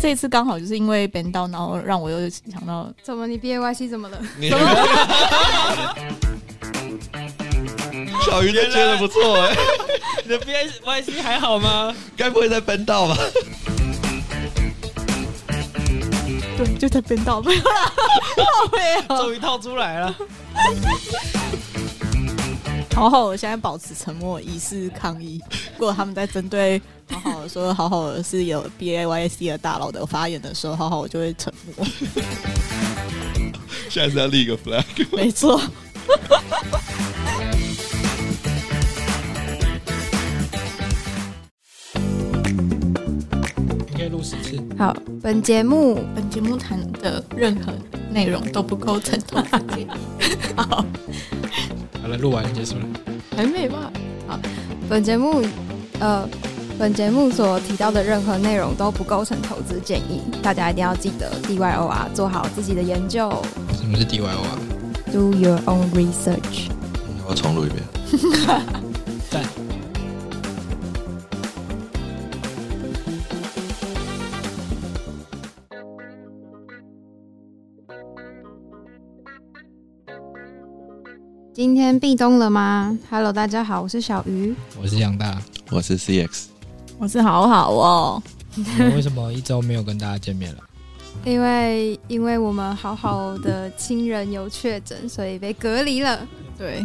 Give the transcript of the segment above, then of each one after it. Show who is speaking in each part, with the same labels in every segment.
Speaker 1: 这次刚好就是因为 b 到，然后让我又想到
Speaker 2: 怎么你 B A Y C 怎么了？
Speaker 3: 你 小鱼都觉得不错哎、
Speaker 4: 你的 B S Y C 还好吗？
Speaker 3: 该不会在奔道吧？
Speaker 1: 对，就在 b 到，没有 啦，没有。
Speaker 4: 终于套出来了。
Speaker 1: 好好，我现在保持沉默以示抗议。如果他们在针对好好的说好好的是有 B A Y C 的大佬的发言的时候，好好我就会沉默。
Speaker 3: 现在是要立一个 flag。
Speaker 1: 没错，
Speaker 4: 你可以录十次。
Speaker 2: 好，本节目
Speaker 1: 本节目谈的任何内容都不构成投资建议。 好，
Speaker 4: 好了，录完结束了。
Speaker 1: 还没吧？
Speaker 2: 本节目呃，本节目所提到的任何内容都不构成投资建议，大家一定要记得 D Y O R 做好自己的研究
Speaker 4: 什么是 D Y O 啊？
Speaker 2: ，Do your own research。
Speaker 3: 我要重录一遍。
Speaker 4: 赞。
Speaker 2: 今天壁咚了吗？Hello，大家好，我是小鱼。
Speaker 4: 我是杨大。
Speaker 3: 我是 CX，
Speaker 1: 我是好好哦，
Speaker 4: 你们为什么一周没有跟大家见面了？
Speaker 2: 因为因为我们好好的亲人有确诊，所以被隔离了。
Speaker 1: 对。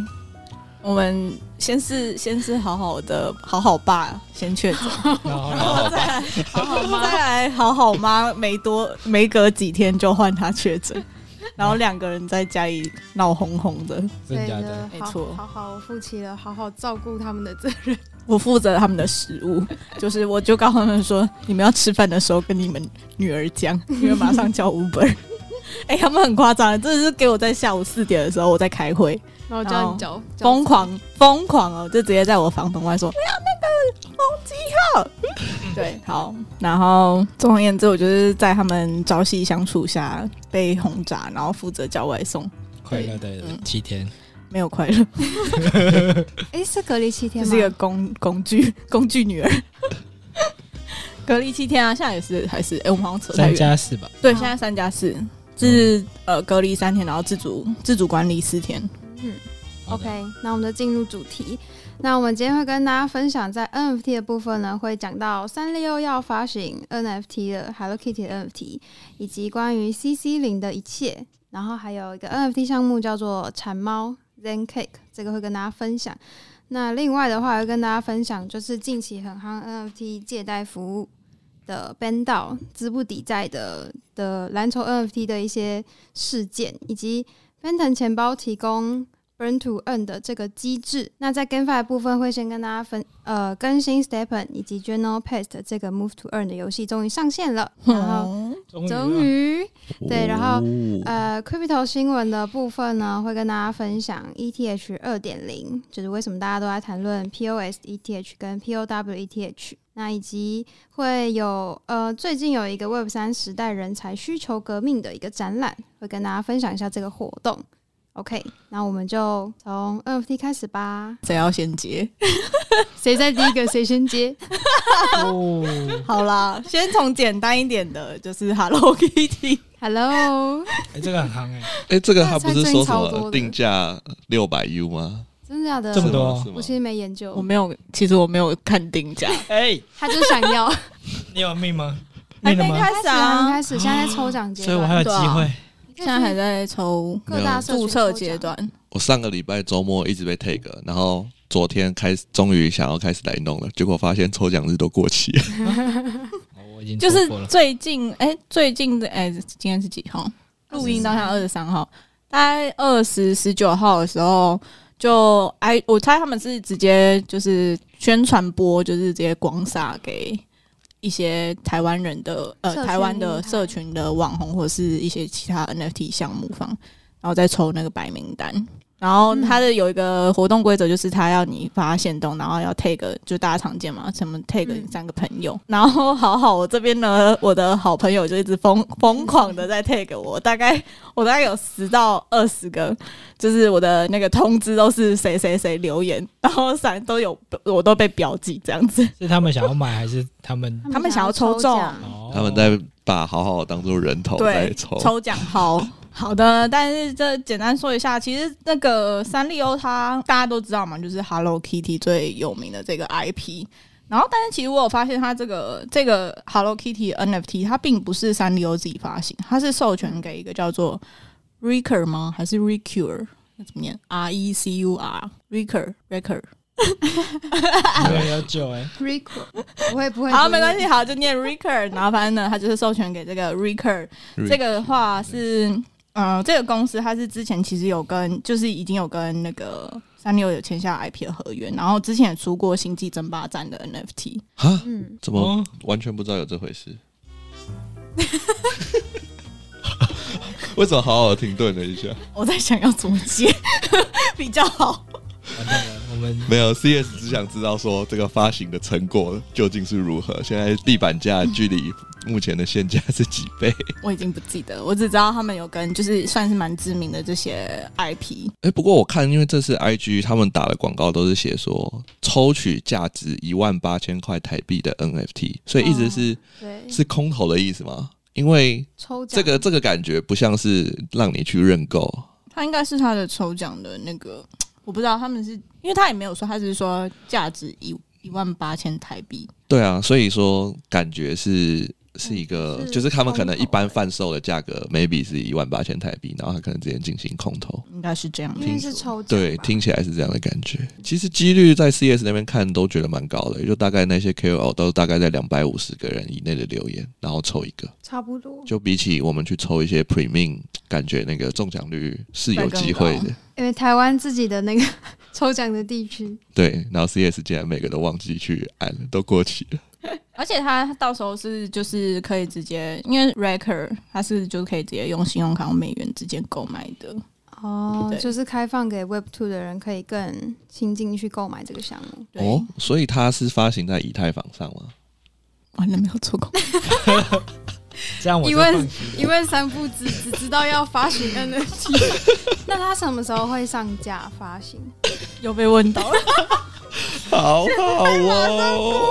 Speaker 1: 我们先是先是好好的好好爸先确诊，
Speaker 4: 然后
Speaker 1: 然 后再来好好妈，再来好好妈，没多没隔几天就换她确诊，然后两个人在家里闹哄哄的，
Speaker 4: 真的假
Speaker 2: 所以
Speaker 4: 的？
Speaker 2: 呢
Speaker 1: 没
Speaker 2: 好
Speaker 1: 错
Speaker 2: 好好负起了好好照顾他们的责任。
Speaker 1: 我负责他们的食物，就是我就告诉他们说，你们要吃饭的时候跟你们女儿讲，女儿马上叫 Uber。哎、 他们很夸张，真的是给我在下午四点的时候我在开会，
Speaker 2: 然后
Speaker 1: 然
Speaker 2: 叫
Speaker 1: 后
Speaker 2: 你找
Speaker 1: 疯狂疯狂哦，就直接在我房门外说我要那个红鸡号。
Speaker 4: 嗯
Speaker 1: 对，好，然后总而言之，我就是在他们朝夕相处下被轰炸，然后负责叫外送，
Speaker 4: 快乐的七天，
Speaker 1: 没有快乐，
Speaker 2: 哎、诶是隔离七天
Speaker 1: 就
Speaker 2: 吗？
Speaker 1: 是一个工工具工具 女儿。隔离七天啊，现在也是还是哎、我们好像扯太
Speaker 4: 三
Speaker 1: 远。
Speaker 4: 加四吧。
Speaker 1: 对，
Speaker 2: 好
Speaker 1: 现在三加四，自呃隔离三天，然后自主自主管理四天。
Speaker 4: 好的
Speaker 2: OK，那我们就进入主题。那我们今天会跟大家分享在 NFT 的部分呢，会讲到三六要发行 NFT 的 Hello Kitty 的 NFT，以及关于 CC 零的一切。然后还有一个 NFT 项目叫做馋猫 Zen Cake，这个会跟大家分享。那另外的话，会跟大家分享就是近期很夯 NFT 借贷服务的 Ben 道资不抵债的的蓝筹 NFT 的一些事件，以及 Phantom 钱包提供 Burn to Earn 的这个机制。那在 GameFi 的部分会先跟大家分呃更新 Stepen 以及 Journal Pest 这个 Move to Earn 的游戏终于上线了，然后
Speaker 1: 哦
Speaker 4: 终于啊
Speaker 2: 终于对然后
Speaker 3: 哦
Speaker 2: 呃，crypto 新闻的部分呢，会跟大家分享 ETH 二点零，就是为什么大家都在谈论 POS ETH E 跟 POW ETH，那 E 以及会有呃，最近有一个 Web 三时代人才需求革命的一个展览，会跟大家分享一下这个活动。OK，那我们就从 NFT 开始吧，
Speaker 1: 谁要先接？
Speaker 2: 谁在第一个谁先接？
Speaker 4: 哦，
Speaker 1: 好啦，先从简单一点的，就是 Hello Kitty。
Speaker 2: Hello，
Speaker 4: 哎，这个很夯哎，
Speaker 3: 哎、这个他不是说
Speaker 2: 那
Speaker 3: 什
Speaker 2: 餐最近超多
Speaker 3: 么
Speaker 2: 的
Speaker 3: 定价六百 U 吗？
Speaker 2: 真的假的
Speaker 4: 这？么多
Speaker 3: 是
Speaker 2: 啊我
Speaker 3: 吗？
Speaker 2: 其实没研究
Speaker 1: 我，没有，其实我没有看定价，
Speaker 4: 哎，
Speaker 2: 他就想要
Speaker 4: 你有命吗？
Speaker 1: 还
Speaker 4: 命了
Speaker 1: 没
Speaker 4: 吗？
Speaker 1: 开
Speaker 2: 开
Speaker 1: 始
Speaker 2: 始啊，
Speaker 1: 啊，
Speaker 2: 开始现在在抽奖阶
Speaker 4: 所
Speaker 2: 段，
Speaker 4: 以我还有机会。
Speaker 2: 你可
Speaker 1: 现
Speaker 2: 以
Speaker 1: 在还
Speaker 2: 去
Speaker 1: 在抽
Speaker 2: 各大社群
Speaker 1: 注册
Speaker 2: 抽奖
Speaker 1: 阶，段。
Speaker 3: 我上个礼拜周末一直被 take，然后昨天开始终于想要开始来弄了，结果发现抽奖日都过期了。
Speaker 4: 哦我已经
Speaker 1: 就是
Speaker 4: 错过了。
Speaker 1: 最近，哎、最近的，哎、今天是几号？录音当下二十三号，大概二十十九号的时候，就哎，我猜他们是直接就是宣传播，就是直接广撒给一些台湾人的呃
Speaker 2: 社群
Speaker 1: 台湾的
Speaker 2: 平台
Speaker 1: 社群的网红或者是一些其他 NFT 项目方，然后再抽那个白名单。然后它的有一个活动规则，就是它要你发现动，然后要 tag，就大家常见嘛，什么 tag
Speaker 2: 嗯
Speaker 1: 你三个朋友。然后好好，我这边呢，我的好朋友就一直疯疯狂的在 tag 我，大概我大概有十到二十个，就是我的那个通知都是谁谁谁留言，然后闪都有我都被标记这样子。
Speaker 4: 是他们想要买还是他们？
Speaker 1: 他们想要抽中
Speaker 2: 奖
Speaker 4: 哦
Speaker 3: 他们在把好好当做人头在
Speaker 1: 对
Speaker 3: 抽，
Speaker 1: 抽 奖好好的，但是这简单说一下，其实那个三丽鸥它大家都知道嘛，就是 Hello Kitty 最有名的这个 IP。然后，但是其实我有发现，它这个这个 Hello Kitty NFT 它并不是三丽鸥自己发行，它是授权给一个叫做 Recur 吗？还是 Recur？那怎么念？R E C U R Recur Recur。
Speaker 4: 对有酒哎，
Speaker 2: Record，不会不会，
Speaker 1: 好，没关系，好就念 Recur。然后 反正呢，它就是授权给这个 Recur。这个的话是，嗯、这个公司它是之前其实有跟，就是已经有跟那个三六有签下 IP 的合约，然后之前也出过《星际争霸战》的 NFT。
Speaker 3: 啊，
Speaker 2: 嗯，
Speaker 3: 怎么
Speaker 4: 哦，
Speaker 3: 完全不知道有这回事？ 为什么好好停顿了一下？
Speaker 1: 我在想要怎么接比较好。
Speaker 4: 完蛋了，我们
Speaker 3: 没有，CS 只想知道说这个发行的成果究竟是如何。现在地板价距离目前的现价是几倍？
Speaker 1: 我已经不记得，我只知道他们有跟，就是算是蛮知名的这些 IP。
Speaker 3: 哎、不过我看，因为这次 IG 他们打的广告都是写说抽取价值一万八千块台币的 NFT，所以一直是、
Speaker 2: 对，
Speaker 3: 是空头的意思吗？因为
Speaker 2: 抽奖
Speaker 3: 这个这个感觉不像是让你去认购，
Speaker 1: 它应该是它的抽奖的那个，我不知道他们是，因为他也没有说，他只是说价值一一万八千台币。
Speaker 3: 对啊，所以说感觉是是一个，
Speaker 2: 嗯是
Speaker 3: 就是他们可能一般
Speaker 2: 空头欸
Speaker 3: 贩售的价格 maybe 是一万八千台币，然后他可能直接进行空投。
Speaker 1: 应该是嗯这样
Speaker 2: 因
Speaker 1: 的，
Speaker 2: 为是抽奖，
Speaker 3: 对，，听起来是这样的感觉。其实几率在 CS 那边看都觉得蛮高的，也就大概那些 KOL 都大概在两百五十个人以内的留言，然后抽一个。
Speaker 2: 差不多，
Speaker 3: 就比起我们去抽一些 Premium，感觉那个中奖率是有机会
Speaker 1: 会更
Speaker 3: 的。
Speaker 2: 因为台湾自己的那个 抽奖的地区，
Speaker 3: 对，然后 CS 竟然每个都忘记去按了，都过期了。
Speaker 1: 而且他到时候是就是可以直接，因为 Recker 他是就是可以直接用信用卡用美元直接购买的。
Speaker 2: 哦
Speaker 1: 对，
Speaker 2: 就是开放给 Web Two 的人可以更亲近去购买这个项目。
Speaker 1: 对，
Speaker 3: 哦，所以它是发行在以太坊上吗？
Speaker 1: 完了没有做过。
Speaker 4: 这样我
Speaker 2: 一
Speaker 4: 就
Speaker 2: 问
Speaker 4: 放心了
Speaker 2: 一问三不知，只知道要发行 NFT。那 它什么时候会上架发行？
Speaker 1: 又被问到了，
Speaker 2: 哦
Speaker 3: 好好哦，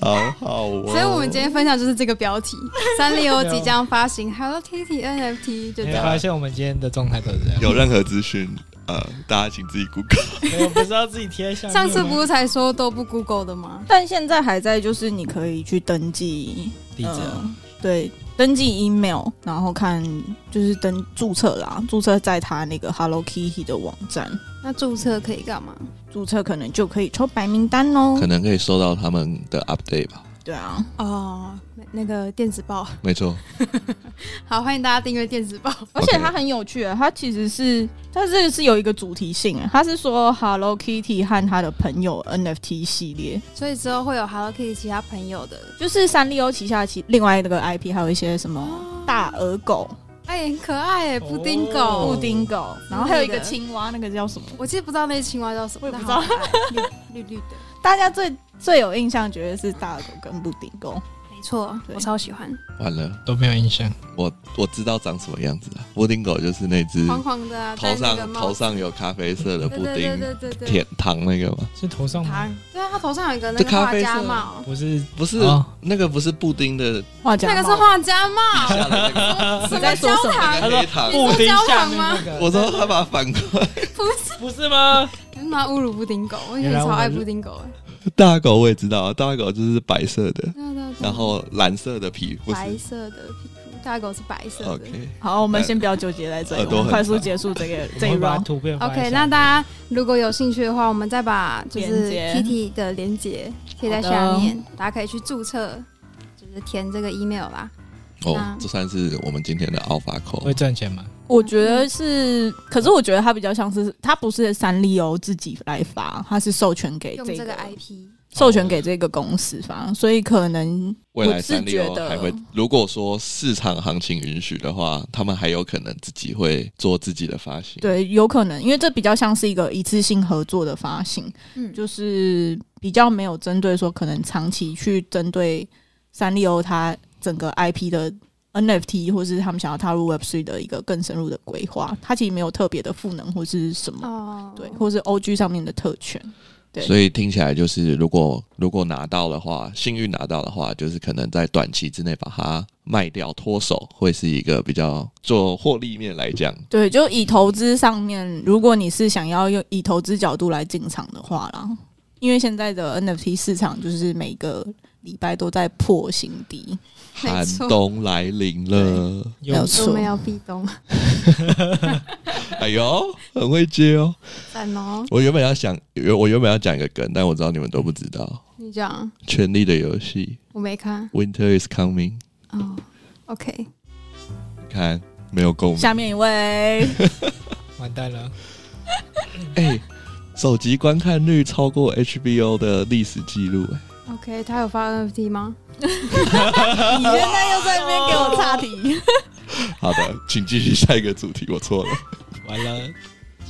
Speaker 3: 好好哦。
Speaker 2: 所以我们今天分享就是这个标题：三丽鸥即将发行 Hello Kitty NFT，就
Speaker 4: 你
Speaker 2: 这
Speaker 4: 会
Speaker 2: 样。
Speaker 4: 发现我们今天的状态都是这样，
Speaker 3: 有任何资讯，呃，大家请自己 Google。
Speaker 4: 我不知道自己贴下面吗。
Speaker 2: 上次不是才说都不 Google 的吗？
Speaker 1: 但现在还在，就是你可以去登记
Speaker 4: 地址啊
Speaker 1: 嗯对，登记 email，然后看就是登注册啦，注册在他那个 Hello Kitty 的网站，
Speaker 2: 那注册可以干嘛？
Speaker 1: 注册可能就可以抽白名单哦
Speaker 3: 可。能可以收到他们的 update 吧。
Speaker 1: 对啊，
Speaker 2: 哦，那那个电子报。
Speaker 3: 没错，
Speaker 2: 好，欢迎大家订阅电子报。
Speaker 1: 而且它很有趣，欸它其实是它这个是有一个主题性，欸它是说 Hello Kitty 和他的朋友 NFT 系列，
Speaker 2: 所以之后会有 Hello Kitty 其他朋友的，
Speaker 1: 就是三丽鸥旗下其另外那个 IP 还有一些什么。大耳狗、
Speaker 2: 哎，很可爱哎，布丁
Speaker 4: 哦
Speaker 1: 布
Speaker 2: 狗。
Speaker 1: 丁狗，然后还有一个青蛙，那个叫什么？
Speaker 2: 我其实不知道那只青蛙叫什
Speaker 1: 我
Speaker 2: 么，
Speaker 1: 也不
Speaker 2: 但好可爱，绿绿绿的。
Speaker 1: 大家最最有印象，绝对是大耳狗跟布丁狗。
Speaker 2: 没错，
Speaker 1: 对
Speaker 2: 我超喜欢，
Speaker 3: 完了，
Speaker 4: 都没有印象，
Speaker 3: 我我知道长什么样子了。布丁狗就是那只
Speaker 2: 黄黄的啊，
Speaker 3: 头
Speaker 2: 戴那个
Speaker 3: 上
Speaker 2: 帽
Speaker 3: 头
Speaker 2: 子
Speaker 3: 上有咖啡色的
Speaker 2: 对
Speaker 3: 布
Speaker 2: 对
Speaker 3: 丁
Speaker 2: 对对对对，
Speaker 3: 舔糖那个吗？
Speaker 4: 是头上吗？
Speaker 2: 糖，对啊，他头上有一个那
Speaker 3: 这
Speaker 2: 个
Speaker 3: 咖
Speaker 2: 画
Speaker 3: 啡
Speaker 2: 家
Speaker 3: 色
Speaker 2: 帽，
Speaker 4: 不是
Speaker 3: 不是
Speaker 4: 哦
Speaker 3: 那个，不是布 丁的
Speaker 1: 画家
Speaker 2: 那
Speaker 1: 帽，
Speaker 2: 个是画家帽，
Speaker 3: 下的那个
Speaker 2: 什
Speaker 1: 在
Speaker 2: 么
Speaker 1: 说
Speaker 2: 焦
Speaker 1: 什么
Speaker 2: 糖？
Speaker 3: 黑糖。
Speaker 2: 你说
Speaker 4: 布丁下面
Speaker 2: 焦
Speaker 4: 那个，
Speaker 3: 我说他把它反过来，
Speaker 2: 不是，
Speaker 4: 不是吗？
Speaker 2: 你妈侮辱布丁狗，我以前
Speaker 4: 原来我
Speaker 2: 超
Speaker 4: 们
Speaker 2: 爱
Speaker 4: 是
Speaker 2: 布丁狗哎，
Speaker 3: 大狗我也知道，大狗就是白色的，
Speaker 2: 对啊对啊对啊
Speaker 3: 然后蓝色的皮肤。
Speaker 2: 白色的皮肤，大狗是白色的。
Speaker 3: OK，
Speaker 1: 好，我们先不要纠结在这里，
Speaker 3: 耳朵
Speaker 1: 我们
Speaker 3: 很
Speaker 1: 快速
Speaker 3: 长
Speaker 1: 结束这个
Speaker 4: 我
Speaker 1: 这一
Speaker 4: 们把
Speaker 5: 嗯
Speaker 1: round。
Speaker 4: 图片放
Speaker 2: OK，
Speaker 4: 在
Speaker 2: 那
Speaker 4: 下面
Speaker 2: 大家如果有兴趣的话，我们再把就
Speaker 1: 连
Speaker 2: 是
Speaker 1: 结
Speaker 2: Kitty 的链接贴在
Speaker 1: 好的
Speaker 2: 下面，大家可以去注册，就是填这个 email 啦。
Speaker 3: 哦
Speaker 2: 那，
Speaker 3: 这算是我们今天的 Alpha
Speaker 5: 会
Speaker 3: Call。
Speaker 5: 赚钱吗？
Speaker 1: 我觉得是，可是我觉得它比较像是，它不是三丽鸥自己来发，它是授权给
Speaker 2: 用
Speaker 1: 这
Speaker 2: 这个
Speaker 1: 个
Speaker 2: IP，
Speaker 1: 授权给这个公司发，所以可能
Speaker 3: 未来
Speaker 1: 我是
Speaker 3: 三丽
Speaker 1: 觉
Speaker 3: 鸥
Speaker 1: 得
Speaker 3: 还会，如果说市场行情允许的话，他们还有可能自己会做自己的发行。，
Speaker 1: 对，有可能，因为这比较像是一个一次性合作的发行，
Speaker 2: 嗯，
Speaker 1: 就是比较没有针对说可能长期去针对三丽鸥它整个 IP 的 NFT，或是他们想要踏入 Web 3的一个更深入的规划，它其实没有特别的赋能或是什么，
Speaker 2: 哦，
Speaker 1: 对，或是 OG 上面的特权，对
Speaker 3: 所以听起来就是，如果如果拿到的话，幸运拿到的话，就是可能在短期之内把它卖掉脱手，会是一个比较做获利面来 讲
Speaker 1: 对，就以投资上面，如果你是想要用以投资角度来进场的话啦，因为现在的 NFT 市场就是每个礼拜都在破新低，
Speaker 2: 没
Speaker 3: 寒
Speaker 2: 错
Speaker 3: 冬来临了。
Speaker 1: 没有
Speaker 5: 有
Speaker 1: 错
Speaker 2: 我们要壁 咚，
Speaker 3: 哎呦，很会接哦！
Speaker 2: 赞哦，
Speaker 3: 我原本要想，我原本要讲一个梗，但我知道你们都不知道，
Speaker 2: 你讲，
Speaker 3: 《权力的游戏
Speaker 2: 我没看》
Speaker 3: （Winter is Coming）。
Speaker 2: 哦，OK，
Speaker 3: 你看，没有共鸣。
Speaker 1: 下面一位，
Speaker 5: 完蛋了，
Speaker 3: 哎、手机观看率超过 HBO 的历史记录、哎
Speaker 2: OK，他有发 NFT 吗？
Speaker 1: 你现在又在那边给我岔题，
Speaker 3: 好的， 请继续下一个主题，我错了。
Speaker 5: 完了。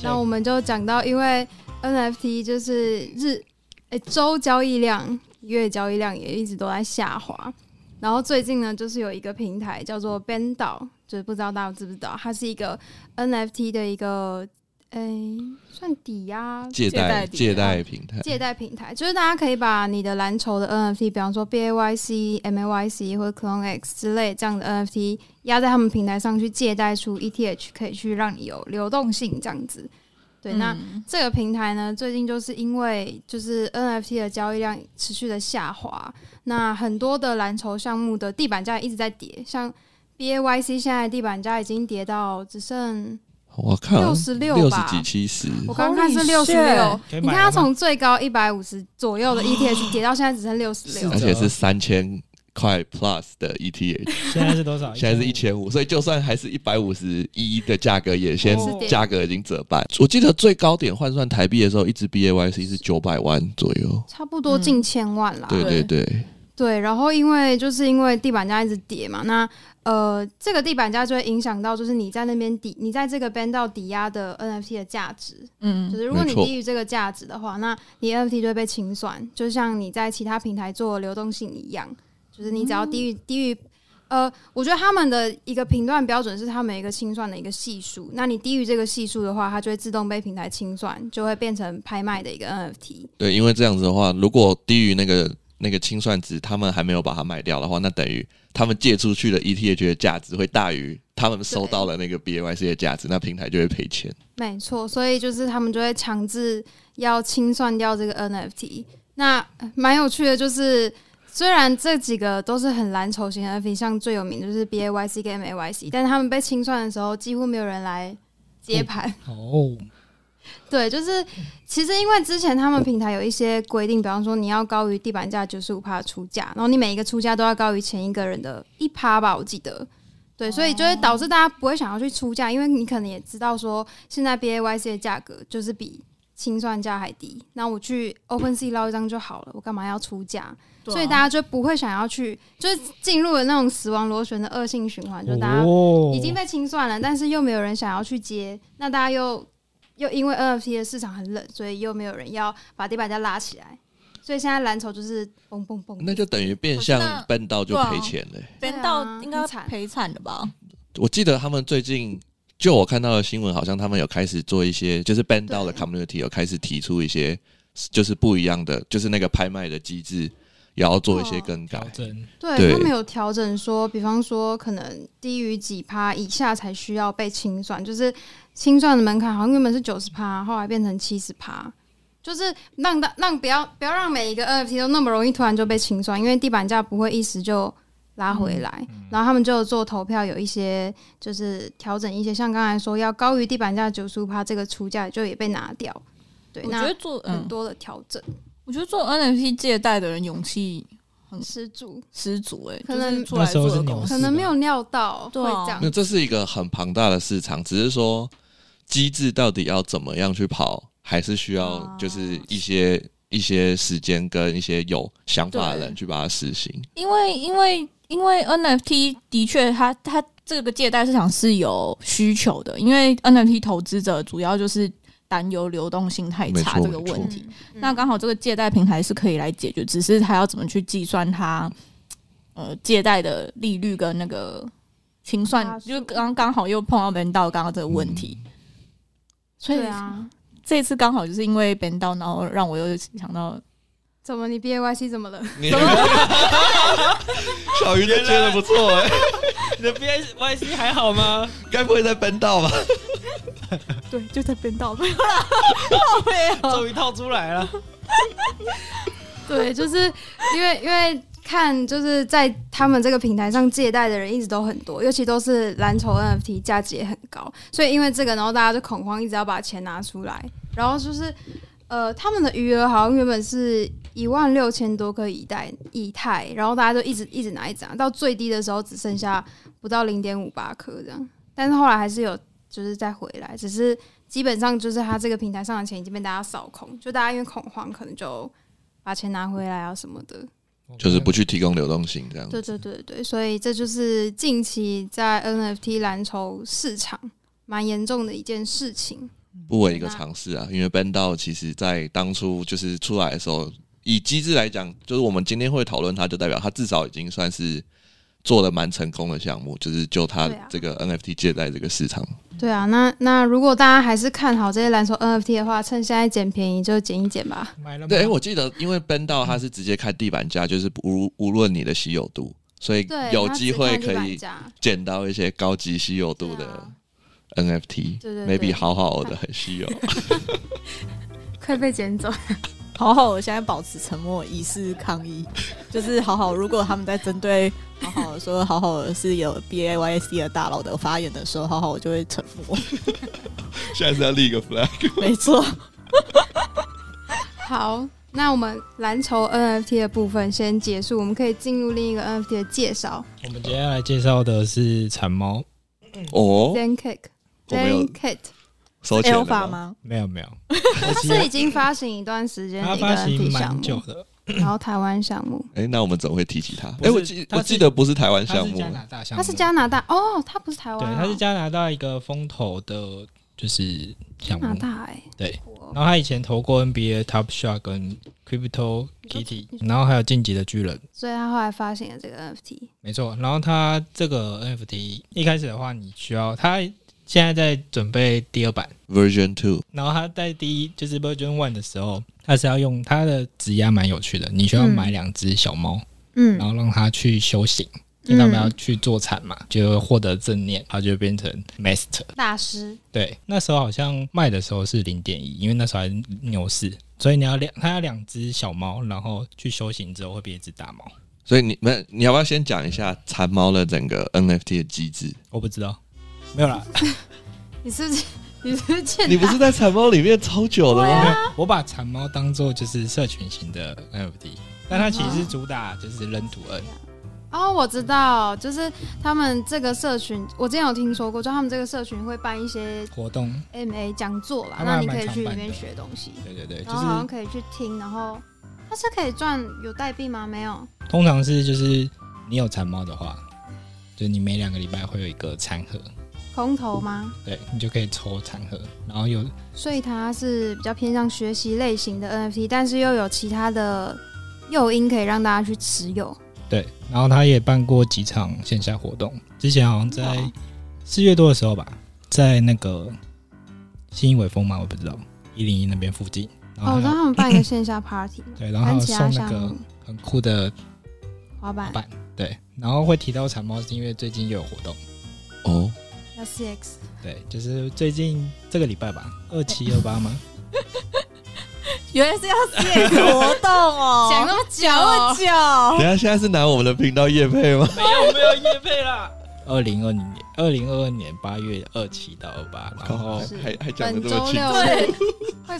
Speaker 2: 那我们就讲到，因为 NFT 就是日诶周交易量、月交易量也一直都在下滑。然后最近呢，就是有一个平台叫做 Bandao，就是不知道大家知不知道，它是一个 NFT 的一个诶算抵押
Speaker 3: 借贷
Speaker 1: 贷
Speaker 3: 借
Speaker 1: 借
Speaker 3: 贷
Speaker 1: 贷
Speaker 3: 平台，
Speaker 2: 啊借贷平台，就是大家可以把你的蓝筹的 NFT，比方说 BAYC、MAYC 或者 CloneX 之类这样的 NFT 压在他们平台上去借贷出 ETH，可以去让你有流动性这样子。 对，那
Speaker 1: 嗯
Speaker 2: 这个平台呢，最近就是因为就是 NFT 的交易量持续的下滑，那很多的蓝筹项目的地板价一直在跌，像 BAYC 现在地板价已经跌到只剩
Speaker 3: 我看
Speaker 2: 六十六
Speaker 3: 六十
Speaker 2: 吧，
Speaker 3: 几七十，
Speaker 2: 我刚看是
Speaker 1: Holy
Speaker 2: 六十
Speaker 1: shit
Speaker 2: 六，
Speaker 5: 可以
Speaker 2: 你
Speaker 5: 买
Speaker 2: 看它
Speaker 5: 了吗
Speaker 2: 从最高一百五十左右的 ETH 跌到现在只剩六十六
Speaker 3: 而，且是三千块 plus 的 ETH，
Speaker 2: 哎
Speaker 5: 现在是多少？
Speaker 3: 现在是一千五，所以就算还是一百五十一的价格，也先
Speaker 2: 是跌
Speaker 3: 价格已经折半。我记得最高点换算台币的时候，一只 BAYC 是九百万左右。
Speaker 2: 差不多近千万啦。
Speaker 3: 对对对，
Speaker 2: 对，然后因为就是因为地板价一直跌嘛，那呃，这个地板价就会影响到，就是你在那边抵，你在这个 band 到抵押的 NFT 的价值，就
Speaker 1: 嗯，
Speaker 2: 是如果
Speaker 3: 没
Speaker 2: 你
Speaker 3: 错
Speaker 2: 低于这个价值的话，那你 NFT 就会被清算，就像你在其他平台做流动性一样，就是你只要低于、低于。呃，我觉得他们的一个评断标准是他们有一个清算的一个系数，那你低于这个系数的话，它就会自动被平台清算，就会变成拍卖的一个 NFT。
Speaker 3: 对，因为这样子的话，如果低于那个那个清算值，他们还没有把它卖掉的话，那等于他们借出去的 ETH 的价值会大于他们收到了那个 BYC 的价值，那平台就会赔钱。
Speaker 2: 没错，所以就是他们就会强制要清算掉这个 NFT。那呃蛮有趣的，就是虽然这几个都是很蓝筹型的 NFT，像最有名就是 BAYC 跟 MAYC，但是他们被清算的时候，几乎没有人来接盘。
Speaker 5: 哦，
Speaker 2: 对，就是其实因为之前他们平台有一些规定，比方说你要高于地板价九十五趴出价，然后你每一个出价都要高于前一个人的一趴吧，我记得。对，所以就会导致大家不会想要去出价，因为你可能也知道说现在 BAYC 的价格就是比清算价还低，那我去 OpenSea 捞一张就好了，我干嘛要出价？
Speaker 1: 啊
Speaker 2: 所以大家就不会想要去，就是进入了那种死亡螺旋的恶性循环，就大家
Speaker 5: 哦
Speaker 2: 已经被清算了，但是又没有人想要去接，那大家又又因为 NFT 的市场很冷，所以又没有人要把地板价拉起来，所以现在蓝筹就是嘣嘣嘣，
Speaker 3: 那就等于变
Speaker 1: 我知
Speaker 3: 相
Speaker 1: 道
Speaker 3: 奔到就
Speaker 1: 对啊
Speaker 3: 赔钱了欸、
Speaker 1: 对
Speaker 2: 对啊
Speaker 1: 到应该
Speaker 2: 很惨
Speaker 1: 赔惨了吧？
Speaker 3: 我记得他们最近。就我看到的新闻，好像他们有开始做一些，就是 b a n d 的
Speaker 2: 对
Speaker 3: community 有开始提出一些，就是不一样的，就是那个拍卖的机制，也要做一些
Speaker 2: 哦
Speaker 3: 更改
Speaker 5: 调。整，
Speaker 2: 对
Speaker 3: 对
Speaker 2: 他们有调整说，比方说可能低于几趴以下才需要被清算，就是清算的门槛好像原本是九十趴，后来变成七十趴。就是让大让不要不要让每一个 NFT 都那么容易突然就被清算，因为地板价不会一时就拉回
Speaker 1: 嗯
Speaker 2: 来。然后他们就做投票，有一些就是调整一些，像刚才说要高于地板价九十五趴这个出价就也被拿掉。对，
Speaker 1: 我觉
Speaker 2: 那
Speaker 1: 得做
Speaker 2: 很
Speaker 1: 嗯，
Speaker 2: 多的调整。
Speaker 1: 我觉得做 NFT 借贷的人勇气很
Speaker 2: 失主，
Speaker 1: 失足哎、欸，
Speaker 2: 可
Speaker 1: 嗯
Speaker 2: 能
Speaker 1: 就是出来做的
Speaker 5: 那时候
Speaker 1: 公
Speaker 5: 是
Speaker 1: 司
Speaker 2: 可能没有料到会
Speaker 1: 对啊
Speaker 2: 这样
Speaker 3: 那。这是一个很庞大的市场，只是说机制到底要怎么样去跑，还是需要
Speaker 1: 啊
Speaker 3: 就是一些、一些时间跟一些有想法的人
Speaker 1: 对
Speaker 3: 去把它实行。
Speaker 1: 因为因为因为 NFT 的确它，它这个借贷市场是有需求的，因为 NFT 投资者主要就是担忧流动性太
Speaker 3: 没
Speaker 1: 差
Speaker 3: 错
Speaker 1: 这个
Speaker 3: 没错
Speaker 1: 问题。
Speaker 2: 嗯
Speaker 1: 那刚好这个借贷平台是可以来解决，只是它要怎么去计算它呃借贷的利率跟那个清
Speaker 2: 差
Speaker 1: 算，
Speaker 2: 数
Speaker 1: 就刚刚好又碰到 Ben 道刚刚这个问题，所以
Speaker 2: 对啊，
Speaker 1: 这次刚好就是因为 Ben 道，然后让我又想到
Speaker 2: 怎么你 B A Y C 怎么了？
Speaker 3: 嗯你 小鱼这接的不错哎、
Speaker 4: 你的 B S Y C 还好吗？
Speaker 3: 该不会在奔道吧？
Speaker 1: 对，就在 Ben 道没有啦，没有。
Speaker 4: 终于套出来了，
Speaker 2: 对，就是因为因为看就是在他们这个平台上借贷的人一直都很多，尤其都是蓝筹 NFT，价值也很高，所以因为这个，然后大家就恐慌，一直要把钱拿出来，然后就是。呃，他们的余额好像原本是一万六千多个以太以太，然后大家就一直一直拿一直拿，到最低的时候只剩下不到零点五八颗这样。但是后来还是有就是再回来，只是基本上就是它这个平台上的钱已经被大家扫空，就大家因为恐慌，可能就把钱拿回来啊什么的。
Speaker 3: 就是不去提供流动性这样。
Speaker 2: 对对对对，所以这就是近期在 NFT 蓝筹市场蛮严重的一件事情。
Speaker 3: 不为一个尝试啊，因为 Ben 道其实在当初就是出来的时候，以机制来讲，就是我们今天会讨论它，就代表它至少已经算是做的蛮成功的项目，就是就它
Speaker 2: 对啊
Speaker 3: 这个 NFT 借贷这个市场，
Speaker 2: 对啊，那那如果大家还是看好这些蓝筹 NFT 的话，趁现在捡便宜就捡一捡吧。
Speaker 5: 买了吗
Speaker 3: 对，诶我记得因为 Ben 道它是直接看地板价，就是无无论你的稀有度，所以
Speaker 2: 对，
Speaker 3: 有
Speaker 2: 它
Speaker 3: 机
Speaker 2: 只
Speaker 3: 会
Speaker 2: 看地
Speaker 3: 可
Speaker 2: 板
Speaker 3: 以
Speaker 2: 价
Speaker 3: 捡到一些高级稀有度
Speaker 2: 对
Speaker 3: 的
Speaker 2: 啊
Speaker 3: NFT，
Speaker 2: 对对
Speaker 3: m a
Speaker 2: 对
Speaker 3: y b e 好好的很稀有，
Speaker 2: 快被捡走。
Speaker 1: 好好，我现在保持沉默以示抗 议。就是好好，如果他们在针对好好说好好是有 B A Y C 的大佬的发言的时候，好好我就会沉 默。
Speaker 3: 现在是要立一个 flag。
Speaker 1: 没错，
Speaker 2: 好，那我们蓝筹 NFT 的部分先结束，我们可以进入另一个 NFT 的介绍
Speaker 5: 我们接下来介绍的是馋猫，
Speaker 3: 哦，
Speaker 2: ，Zen Cake。
Speaker 3: 我们有
Speaker 2: Zen Cake，
Speaker 3: 收钱
Speaker 1: L
Speaker 3: 了
Speaker 1: 法？哎吗？
Speaker 5: 没有没有，
Speaker 2: 它是已经发行一段时间的
Speaker 5: 它
Speaker 2: 一个
Speaker 5: 发
Speaker 2: NFT
Speaker 5: 行
Speaker 2: 项
Speaker 5: 蛮
Speaker 2: 目
Speaker 5: 久，的，
Speaker 2: 然后台湾项目，
Speaker 3: 哎、那我们怎么会提起它？哎、
Speaker 5: 不是
Speaker 3: 我记
Speaker 5: 它
Speaker 3: 我
Speaker 5: 是
Speaker 3: 记得不是台湾
Speaker 5: 它
Speaker 3: 项
Speaker 5: 是
Speaker 3: 目
Speaker 5: 加，拿大项目，
Speaker 2: 它是加拿大哦，它不是台湾
Speaker 5: 对，
Speaker 2: 哦、
Speaker 5: 它是加拿大一个风投的，就是项
Speaker 2: 加拿
Speaker 5: 目。
Speaker 2: 大哎、
Speaker 5: 对
Speaker 2: 我，
Speaker 5: 然后他以前投过 NBA Top Shot 跟 Crypto
Speaker 2: 你
Speaker 5: Kitty，
Speaker 2: 说
Speaker 5: 然后还有晋级的巨人，
Speaker 2: 所以他后来发行了这个 NFT，
Speaker 5: 没错。然后他这个 NFT 一开始的话，你需要他现在在准备第二版，
Speaker 3: Version Two，
Speaker 5: 然后他在第一就是 Version One 的时候，他是要用他的质押蛮有趣的，你需要
Speaker 2: 嗯
Speaker 5: 买两只小猫，
Speaker 2: 嗯
Speaker 5: 然后让它去修行。因为他们要去做产嘛，就获得正念，它就会变成 master。
Speaker 2: 大师，
Speaker 5: 对，那时候好像卖的时候是零点一，因为那时候还牛市，所以你要两，它要两只小猫，然后去修行之后会变一只大猫。
Speaker 3: 所以你们你要不要先讲一下馋猫的整个 NFT 的机制？
Speaker 5: 我不知道，没有啦，
Speaker 2: 你是不是你是不是
Speaker 5: 啊
Speaker 2: 欠
Speaker 3: 你不是在馋猫里面超久了
Speaker 5: 没
Speaker 3: 吗？
Speaker 5: 有， 我把馋猫当做就是社群型的 NFT，但它其实是主打就是扔图案，
Speaker 2: 哦，我知道，就是他们这个社群，我之前有听说过，就他们这个社群会办一些
Speaker 5: 活动，
Speaker 2: MA 讲座啦，
Speaker 5: 他们
Speaker 2: 那
Speaker 5: 还
Speaker 2: 你可以
Speaker 5: 蛮常
Speaker 2: 去里
Speaker 5: 办
Speaker 2: 面
Speaker 5: 的
Speaker 2: 学东西，
Speaker 5: 对对对，就
Speaker 2: 然后好像
Speaker 5: 是
Speaker 2: 可以去听，然后它是可以赚有代币吗？没有，
Speaker 5: 通常是就是你有馋猫的话，就你每两个礼拜会有一个餐盒，
Speaker 2: 空投吗？
Speaker 5: 对你就可以抽餐盒，然后有
Speaker 2: 所以它是比较偏向学习类型的 NFT，但是又有其他的诱因可以让大家去持有。
Speaker 5: 对，然后他也办过几场线下活动，之前好像在
Speaker 2: 哦
Speaker 5: 四月多的时候吧，在那个新义伟峰嘛，我不知道一零一那边附近，然
Speaker 2: 哦，
Speaker 5: 后
Speaker 2: 我
Speaker 5: 还
Speaker 2: 知
Speaker 5: 有、
Speaker 2: 道他们办一个线下 party，
Speaker 5: 对， 然后还
Speaker 2: 跟
Speaker 5: 有
Speaker 2: 其他
Speaker 5: 送那
Speaker 2: 项
Speaker 5: 个
Speaker 2: 目
Speaker 5: 很酷的
Speaker 2: 滑板
Speaker 5: 板，对，然后会提到馋猫是因为最近又有活动，
Speaker 3: 哦，
Speaker 2: 要 CX，，
Speaker 5: 对，就是最近这个礼拜吧，二七二 八吗？
Speaker 1: 原来是要借活动哦
Speaker 2: 讲那么久
Speaker 1: 讲那么久，
Speaker 3: 等一下现在是拿我们的频道夜配吗？
Speaker 4: 没有没有叶配啦，
Speaker 5: 二零二零年二零二二年八月二七到二八，然后
Speaker 2: 是
Speaker 3: 还还讲的
Speaker 2: 本
Speaker 3: 这
Speaker 2: 周
Speaker 3: 么清
Speaker 2: 六
Speaker 3: 楚，
Speaker 1: 对，
Speaker 2: 会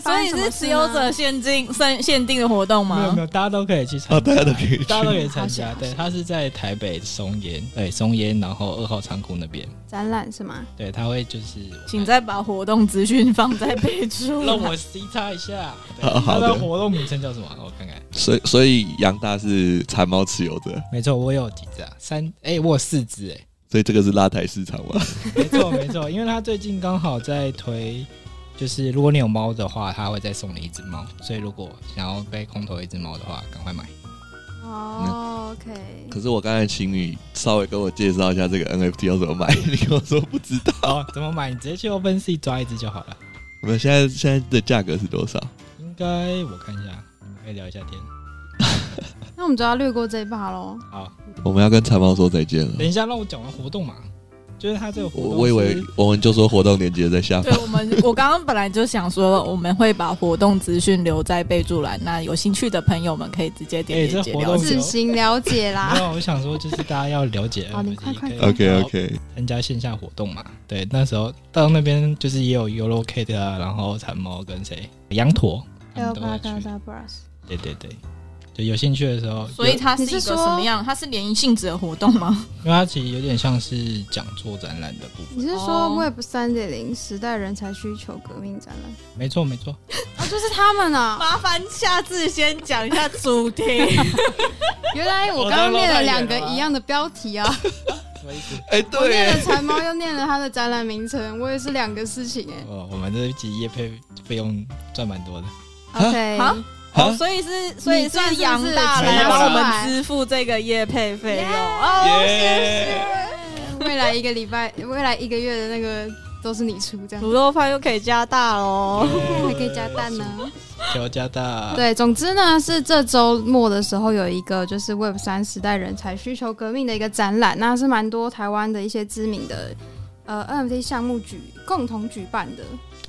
Speaker 1: 所
Speaker 2: 发
Speaker 1: 以
Speaker 2: 生什
Speaker 1: 是
Speaker 2: 么事
Speaker 1: 持
Speaker 2: 呢
Speaker 1: 有者限定限限定的活动
Speaker 5: 没有
Speaker 1: 吗
Speaker 5: 没？有，大家都可以去参
Speaker 3: 哦，大
Speaker 5: 加，
Speaker 3: 家都可以去。
Speaker 5: 大家都可以参
Speaker 2: 好
Speaker 5: 加。
Speaker 2: 险
Speaker 5: 对，它是在台北松烟，对松烟，然后二号仓库那边，
Speaker 2: 展览是吗？
Speaker 5: 对，它会就是我看
Speaker 1: 请再把活动资讯放在备注。
Speaker 5: 让我 C 叉一下。对
Speaker 3: 好好
Speaker 5: 它
Speaker 3: 的
Speaker 5: 的活动名称叫什么？我看看。
Speaker 3: 所以所以杨大是馋猫持有者，
Speaker 5: 没错，我有几只啊？三，哎、我有四只，哎，
Speaker 3: 所以这个是拉抬市场嘛？
Speaker 5: 没错没 错，因为它最近刚好在推，就是如果你有猫的话，它会再送你一只猫，所以如果想要被空投一只猫的话，赶快买。嗯
Speaker 2: 哦，OK，
Speaker 3: 可是我刚才请你稍微跟我介绍一下这个 NFT 要怎么买， 你跟我说不知道。
Speaker 5: 哦，怎么买？你直接去 OpenSea 抓一只就好了。
Speaker 3: 我们现在现在的价格是多少？
Speaker 5: 应该我看一下，你们可以聊一下天。
Speaker 2: 那我们就要略过这一趴喽。
Speaker 5: 好，
Speaker 3: 我们要跟馋猫说再见了
Speaker 5: 等。一下让我讲完活动嘛，就是它这个活
Speaker 3: 嗯我
Speaker 5: 动，
Speaker 3: 我以为我们就说活动链接在 下
Speaker 1: 对
Speaker 3: 方，
Speaker 1: 我们，我刚刚本来就想说，我们会把活动资讯留在备注栏，那有兴趣的朋友们可以直接点
Speaker 5: 哎
Speaker 1: 链
Speaker 5: 这
Speaker 1: 接
Speaker 5: 活
Speaker 1: 了
Speaker 5: 动
Speaker 1: 解。
Speaker 2: 自行了解啦
Speaker 5: 没。有，我想说就是大家要了解 NFT，
Speaker 2: 好你快快
Speaker 5: 可以
Speaker 3: OK OK，
Speaker 5: 参加线下活动嘛。对，那时候到那边就是也有 Yolo Kate 啊，然后馋猫跟谁羊驼，
Speaker 2: 还
Speaker 5: 他
Speaker 2: 有
Speaker 5: 们都
Speaker 2: 巴
Speaker 5: 会去
Speaker 2: 嘎。达布拉斯，
Speaker 5: 对对对，就有兴趣的时候，
Speaker 1: 所以它是一
Speaker 2: 你
Speaker 1: 个
Speaker 2: 是说
Speaker 1: 什么样？它是联谊性质的活动吗？
Speaker 5: 因为它其实有点像是讲座展览的部分。
Speaker 2: 你是说
Speaker 1: 哦
Speaker 2: Web 三点零时代人才需求革命展览？
Speaker 5: 没错没 错，
Speaker 2: 哦，就是他们啊！
Speaker 1: 麻烦下次先讲一下主题。
Speaker 2: 原来我
Speaker 5: 我
Speaker 2: 刚刚
Speaker 5: 在
Speaker 2: 念了
Speaker 5: 绕太远
Speaker 2: 两个
Speaker 5: 了吗
Speaker 2: 一样的标题啊，
Speaker 5: 什么意思？
Speaker 3: 哎、
Speaker 2: 我
Speaker 3: 对
Speaker 2: 念了
Speaker 3: 耶，
Speaker 2: 馋猫，又念了他的展览名称，我也是两个事情 哎。
Speaker 5: 哦，我们这一集业配费用赚蛮多的。
Speaker 2: OK，
Speaker 1: 啊
Speaker 3: 啊
Speaker 1: 哦，所以是所以
Speaker 2: 你赚是不是
Speaker 1: 杨大
Speaker 5: 没
Speaker 1: 来
Speaker 5: 有
Speaker 1: 帮我
Speaker 2: 啦
Speaker 1: 们支付这个业配费用
Speaker 2: Yeah
Speaker 1: 哦。
Speaker 2: 未来一个礼拜， 未来一个月的那个都是你出这 样，
Speaker 1: 卤肉饭又可以加大哦喽。
Speaker 2: 哦还可以加蛋呢。
Speaker 5: 乔哦加大，
Speaker 2: 对，总之呢是这周末的时候有一个就是 Web 三时代人才需求革命的一个展览，那是蛮多台湾的一些知名的呃 NFT 项目举共同举办的。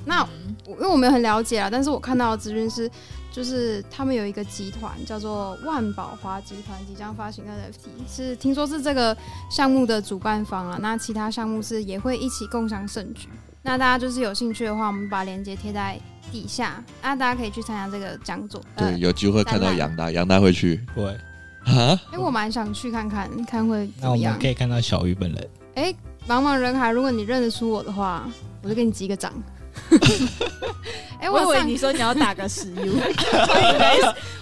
Speaker 2: 那我因为我没有很了解啦，啊但是我看到的资讯是，就是他们有一个集团叫做万宝华集团，即将发行 NFT，是听说是这个项目的主办方啊。那其他项目是也会一起共享盛举。那大家就是有兴趣的话，我们把链接贴在底下，那大家可以去参加这个讲座。呃
Speaker 3: 对，，有机会看到杨大，杨大会去
Speaker 5: 对，
Speaker 3: 啊？
Speaker 2: 哎、我蛮想去看看，看会怎
Speaker 5: 那
Speaker 2: 么
Speaker 5: 我
Speaker 2: 样
Speaker 5: 们可。以看到小鱼本人。
Speaker 2: 哎、茫茫人海，如果你认得出我的话，我就给你击个掌。哎、
Speaker 1: 我以
Speaker 2: 我
Speaker 1: 为
Speaker 2: 上
Speaker 1: 你说你要打个石油，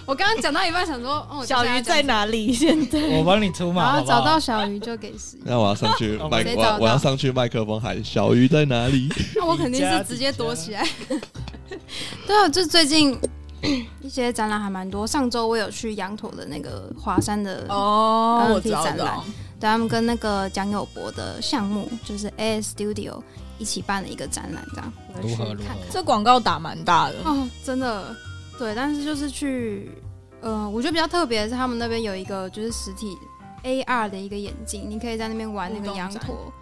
Speaker 2: 我刚刚讲到一半，想说，哦，
Speaker 1: 小鱼在？哪里？现在
Speaker 5: 我帮你出
Speaker 2: 然后
Speaker 5: 马，好不好
Speaker 2: 找到小鱼就给十一，
Speaker 3: 那我要上去麦，
Speaker 2: 哦谁找
Speaker 3: 我
Speaker 2: 到
Speaker 3: 要我要上去麦克风喊小鱼在哪里？
Speaker 2: 那我肯定是直接躲起来。 对啊，就最近一些展览还蛮多。上周我有去羊驼的那个华山的
Speaker 1: 哦，我
Speaker 2: NFT
Speaker 1: 知道，我
Speaker 2: 嗯
Speaker 1: 知
Speaker 2: 展览
Speaker 1: 道。
Speaker 2: 对啊他们跟那个蒋友柏的项目，就是 A S Studio 一起办了一个展览，这样我就
Speaker 5: 如
Speaker 2: 去
Speaker 5: 何如
Speaker 2: 看
Speaker 5: 何
Speaker 1: 这广告打蛮大的，
Speaker 2: 哦，真的，对，但是就是去，呃，我觉得比较特别的是他们那边有一个就是实体 AR 的一个眼镜，你可以在那边玩那
Speaker 1: 互
Speaker 2: 个
Speaker 1: 动
Speaker 2: 羊
Speaker 1: 展
Speaker 2: 驼。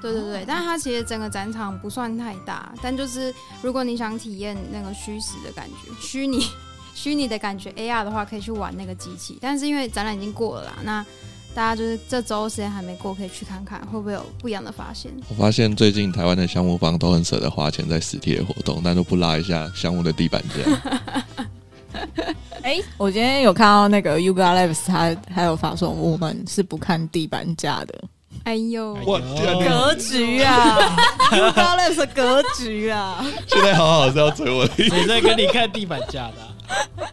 Speaker 2: 对对对，
Speaker 1: 哦
Speaker 2: 但它其实整个展场不算太大，但就是如果你想体验那个虚实的感觉，虚拟 虚拟的感觉 AR 的话，可以去玩那个机器。但是因为展览已经过了啦，那大家就是这周时间还没过，可以去看看会不会有不一样的发现。
Speaker 3: 我发现最近台湾的项目方都很舍得花钱在实体的活动，但都不拉一下项目的地板价。
Speaker 1: 哎、我今天有看到那个 Yuga Labs，他还有发说我们是不看地板价的
Speaker 2: 哎呦，
Speaker 5: 哎呦
Speaker 3: 我天哪
Speaker 1: 格局 啊，Yuga Labs 的格局啊，
Speaker 3: 现在好好是要追我的意思
Speaker 5: 谁在跟你看地板价的 啊？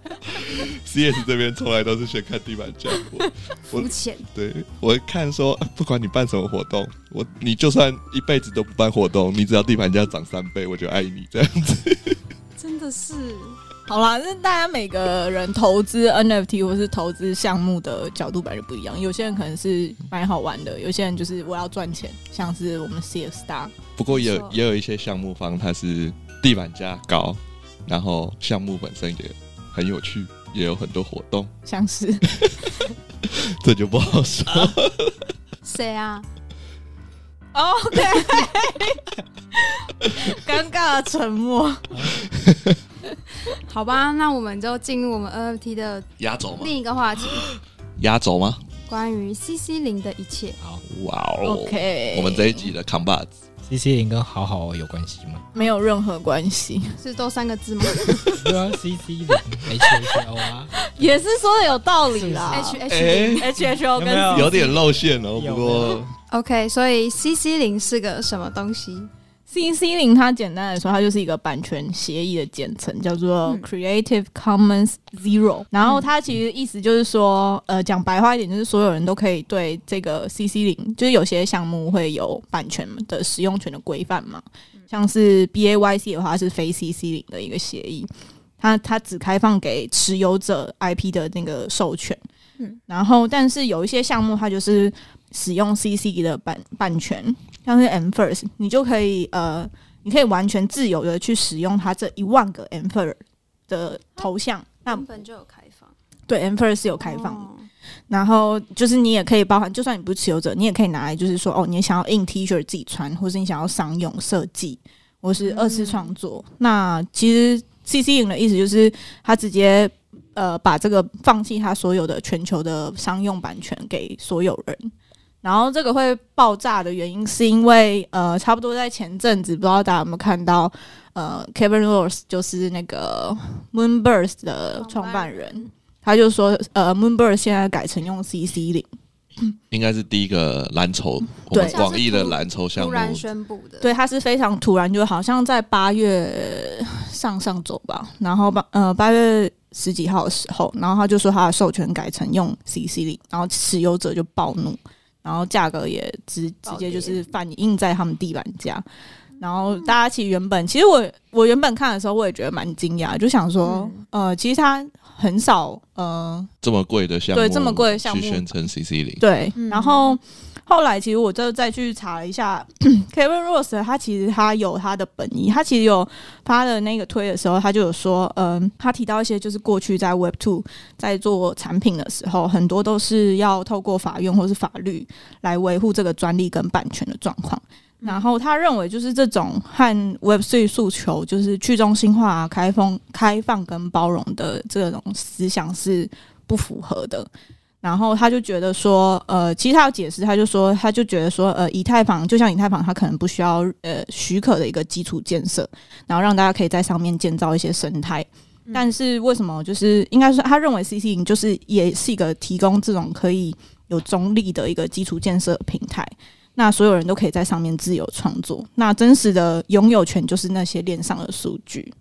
Speaker 3: ，CS 这边从来都是先看地板价。我
Speaker 2: 肤浅，
Speaker 3: 对我看说，啊不管你办什么活动，我你就算一辈子都不办活动，你只要地板价涨三倍，我就爱你这样子。
Speaker 2: 真的是
Speaker 1: 好啦，那大家每个人投资 NFT 或是投资项目的角度本来就不一样，有些人可能是蛮好玩的，有些人就是我要赚钱，像是我们 CF Star，
Speaker 3: 不过也
Speaker 2: 没
Speaker 3: 有
Speaker 2: 错
Speaker 3: 也有一些项目方，它是地板价高，然后项目本身也很有趣，也有很多活动，
Speaker 1: 像是
Speaker 3: 这就不好说。
Speaker 2: 谁啊？
Speaker 1: OK，尴尬的沉默。
Speaker 2: 好吧，那我们就进入我们 NFT 的
Speaker 3: 压轴吗？
Speaker 2: 另一个话题。
Speaker 3: 压轴吗？
Speaker 2: 关于 CC 零的一切。
Speaker 5: 好
Speaker 3: 哇哦
Speaker 1: OK，
Speaker 3: 我们这一集的扛把子，
Speaker 5: ，CC 零跟好好有关系吗？
Speaker 1: 没有任何关系，
Speaker 2: 是都三个字吗
Speaker 5: 对啊，CC 零 HHO 啊，
Speaker 1: 也是说的有道理啦。
Speaker 2: ？H H 零。
Speaker 3: 哎，
Speaker 1: H H
Speaker 4: 有
Speaker 1: O 跟
Speaker 4: 没有
Speaker 3: 有点露馅哦。
Speaker 5: 有
Speaker 3: 不过
Speaker 2: OK，所以 CC 零是个什么东西？
Speaker 1: C C 零，它简单来说，它就是一个版权协议的简称，叫做
Speaker 2: 嗯
Speaker 1: Creative Commons Zero。然后它其实意思就是说，呃，讲白话一点，就是所有人都可以对这个 C C 零，就是有些项目会有版权的使用权的规范嘛，像是 B A Y C 的话它是非 C C 零的一个协议，它它只开放给持有者 I P 的那个授权。
Speaker 2: 嗯
Speaker 1: 然后，但是有一些项目，它就是使用 CC 的版版权，像是 M First，你就可以呃，你可以完全自由的去使用它这一万个 M First 的头像。那
Speaker 2: 原本就有开放，
Speaker 1: 对 M First 是有开放的，然后就是你也可以包含，就算你不是持有者，你也可以拿来，就是说哦，你想要印 T 恤自己穿，或是你想要商用设计，或是二次创作。那其实 CC 影的意思就是，他直接呃把这个放弃他所有的全球的商用版权给所有人。然后这个会爆炸的原因，是因为呃，差不多在前阵子，不知道大家有没有看到，呃，Kevin Rose 就是那个 Moonbirds 的创办人，他就说，呃，Moonbird 现在改成用 CC 零，
Speaker 3: 应该是第一个蓝筹，我
Speaker 1: 对
Speaker 3: 们广义的蓝筹项
Speaker 2: 突
Speaker 3: 目，
Speaker 2: 然宣布的，
Speaker 1: 对，他是非常突然，就好像在八月上上周吧，然后八呃八月十几号的时候，然后他就说他的授权改成用 CC 零，然后持有者就暴怒，然后价格也直直
Speaker 2: 暴
Speaker 1: 接就
Speaker 2: 跌
Speaker 1: 是反映在他们地板价。然后大家其实原本，其实我我原本看的时候，我也觉得蛮惊讶，就想说，
Speaker 2: 嗯
Speaker 1: 呃，其实他很少，呃，
Speaker 3: 这么贵的项目，
Speaker 1: 对这么贵的项目
Speaker 3: 去宣称 CC 零，
Speaker 1: 对，
Speaker 2: 嗯
Speaker 1: 然后后来其实我就再去查了一下 ，Kevin Rose 他其实他有他的本意，他其实有发的那个推的时候，他就有说，嗯，他提到一些就是过去在 Web Two 在做产品的时候，很多都是要透过法院或是法律来维护这个专利跟版权的状况。然后他认为，就是这种和 Web Three 诉求就是去中心化、啊、开放、开放跟包容的这种思想是不符合的。然后他就觉得说，呃，其实他要解释，他就说，他就觉得说，呃，以太坊就像以太坊，它可能不需要呃许可的一个基础建设，然后让大家可以在上面建造一些生态。
Speaker 2: 嗯
Speaker 1: 但是为什么就是应该说，他认为 CC 零就是也是一个提供这种可以有中立的一个基础建设平台，那所有人都可以在上面自由创作。那真实的拥有权就是那些链上的数据。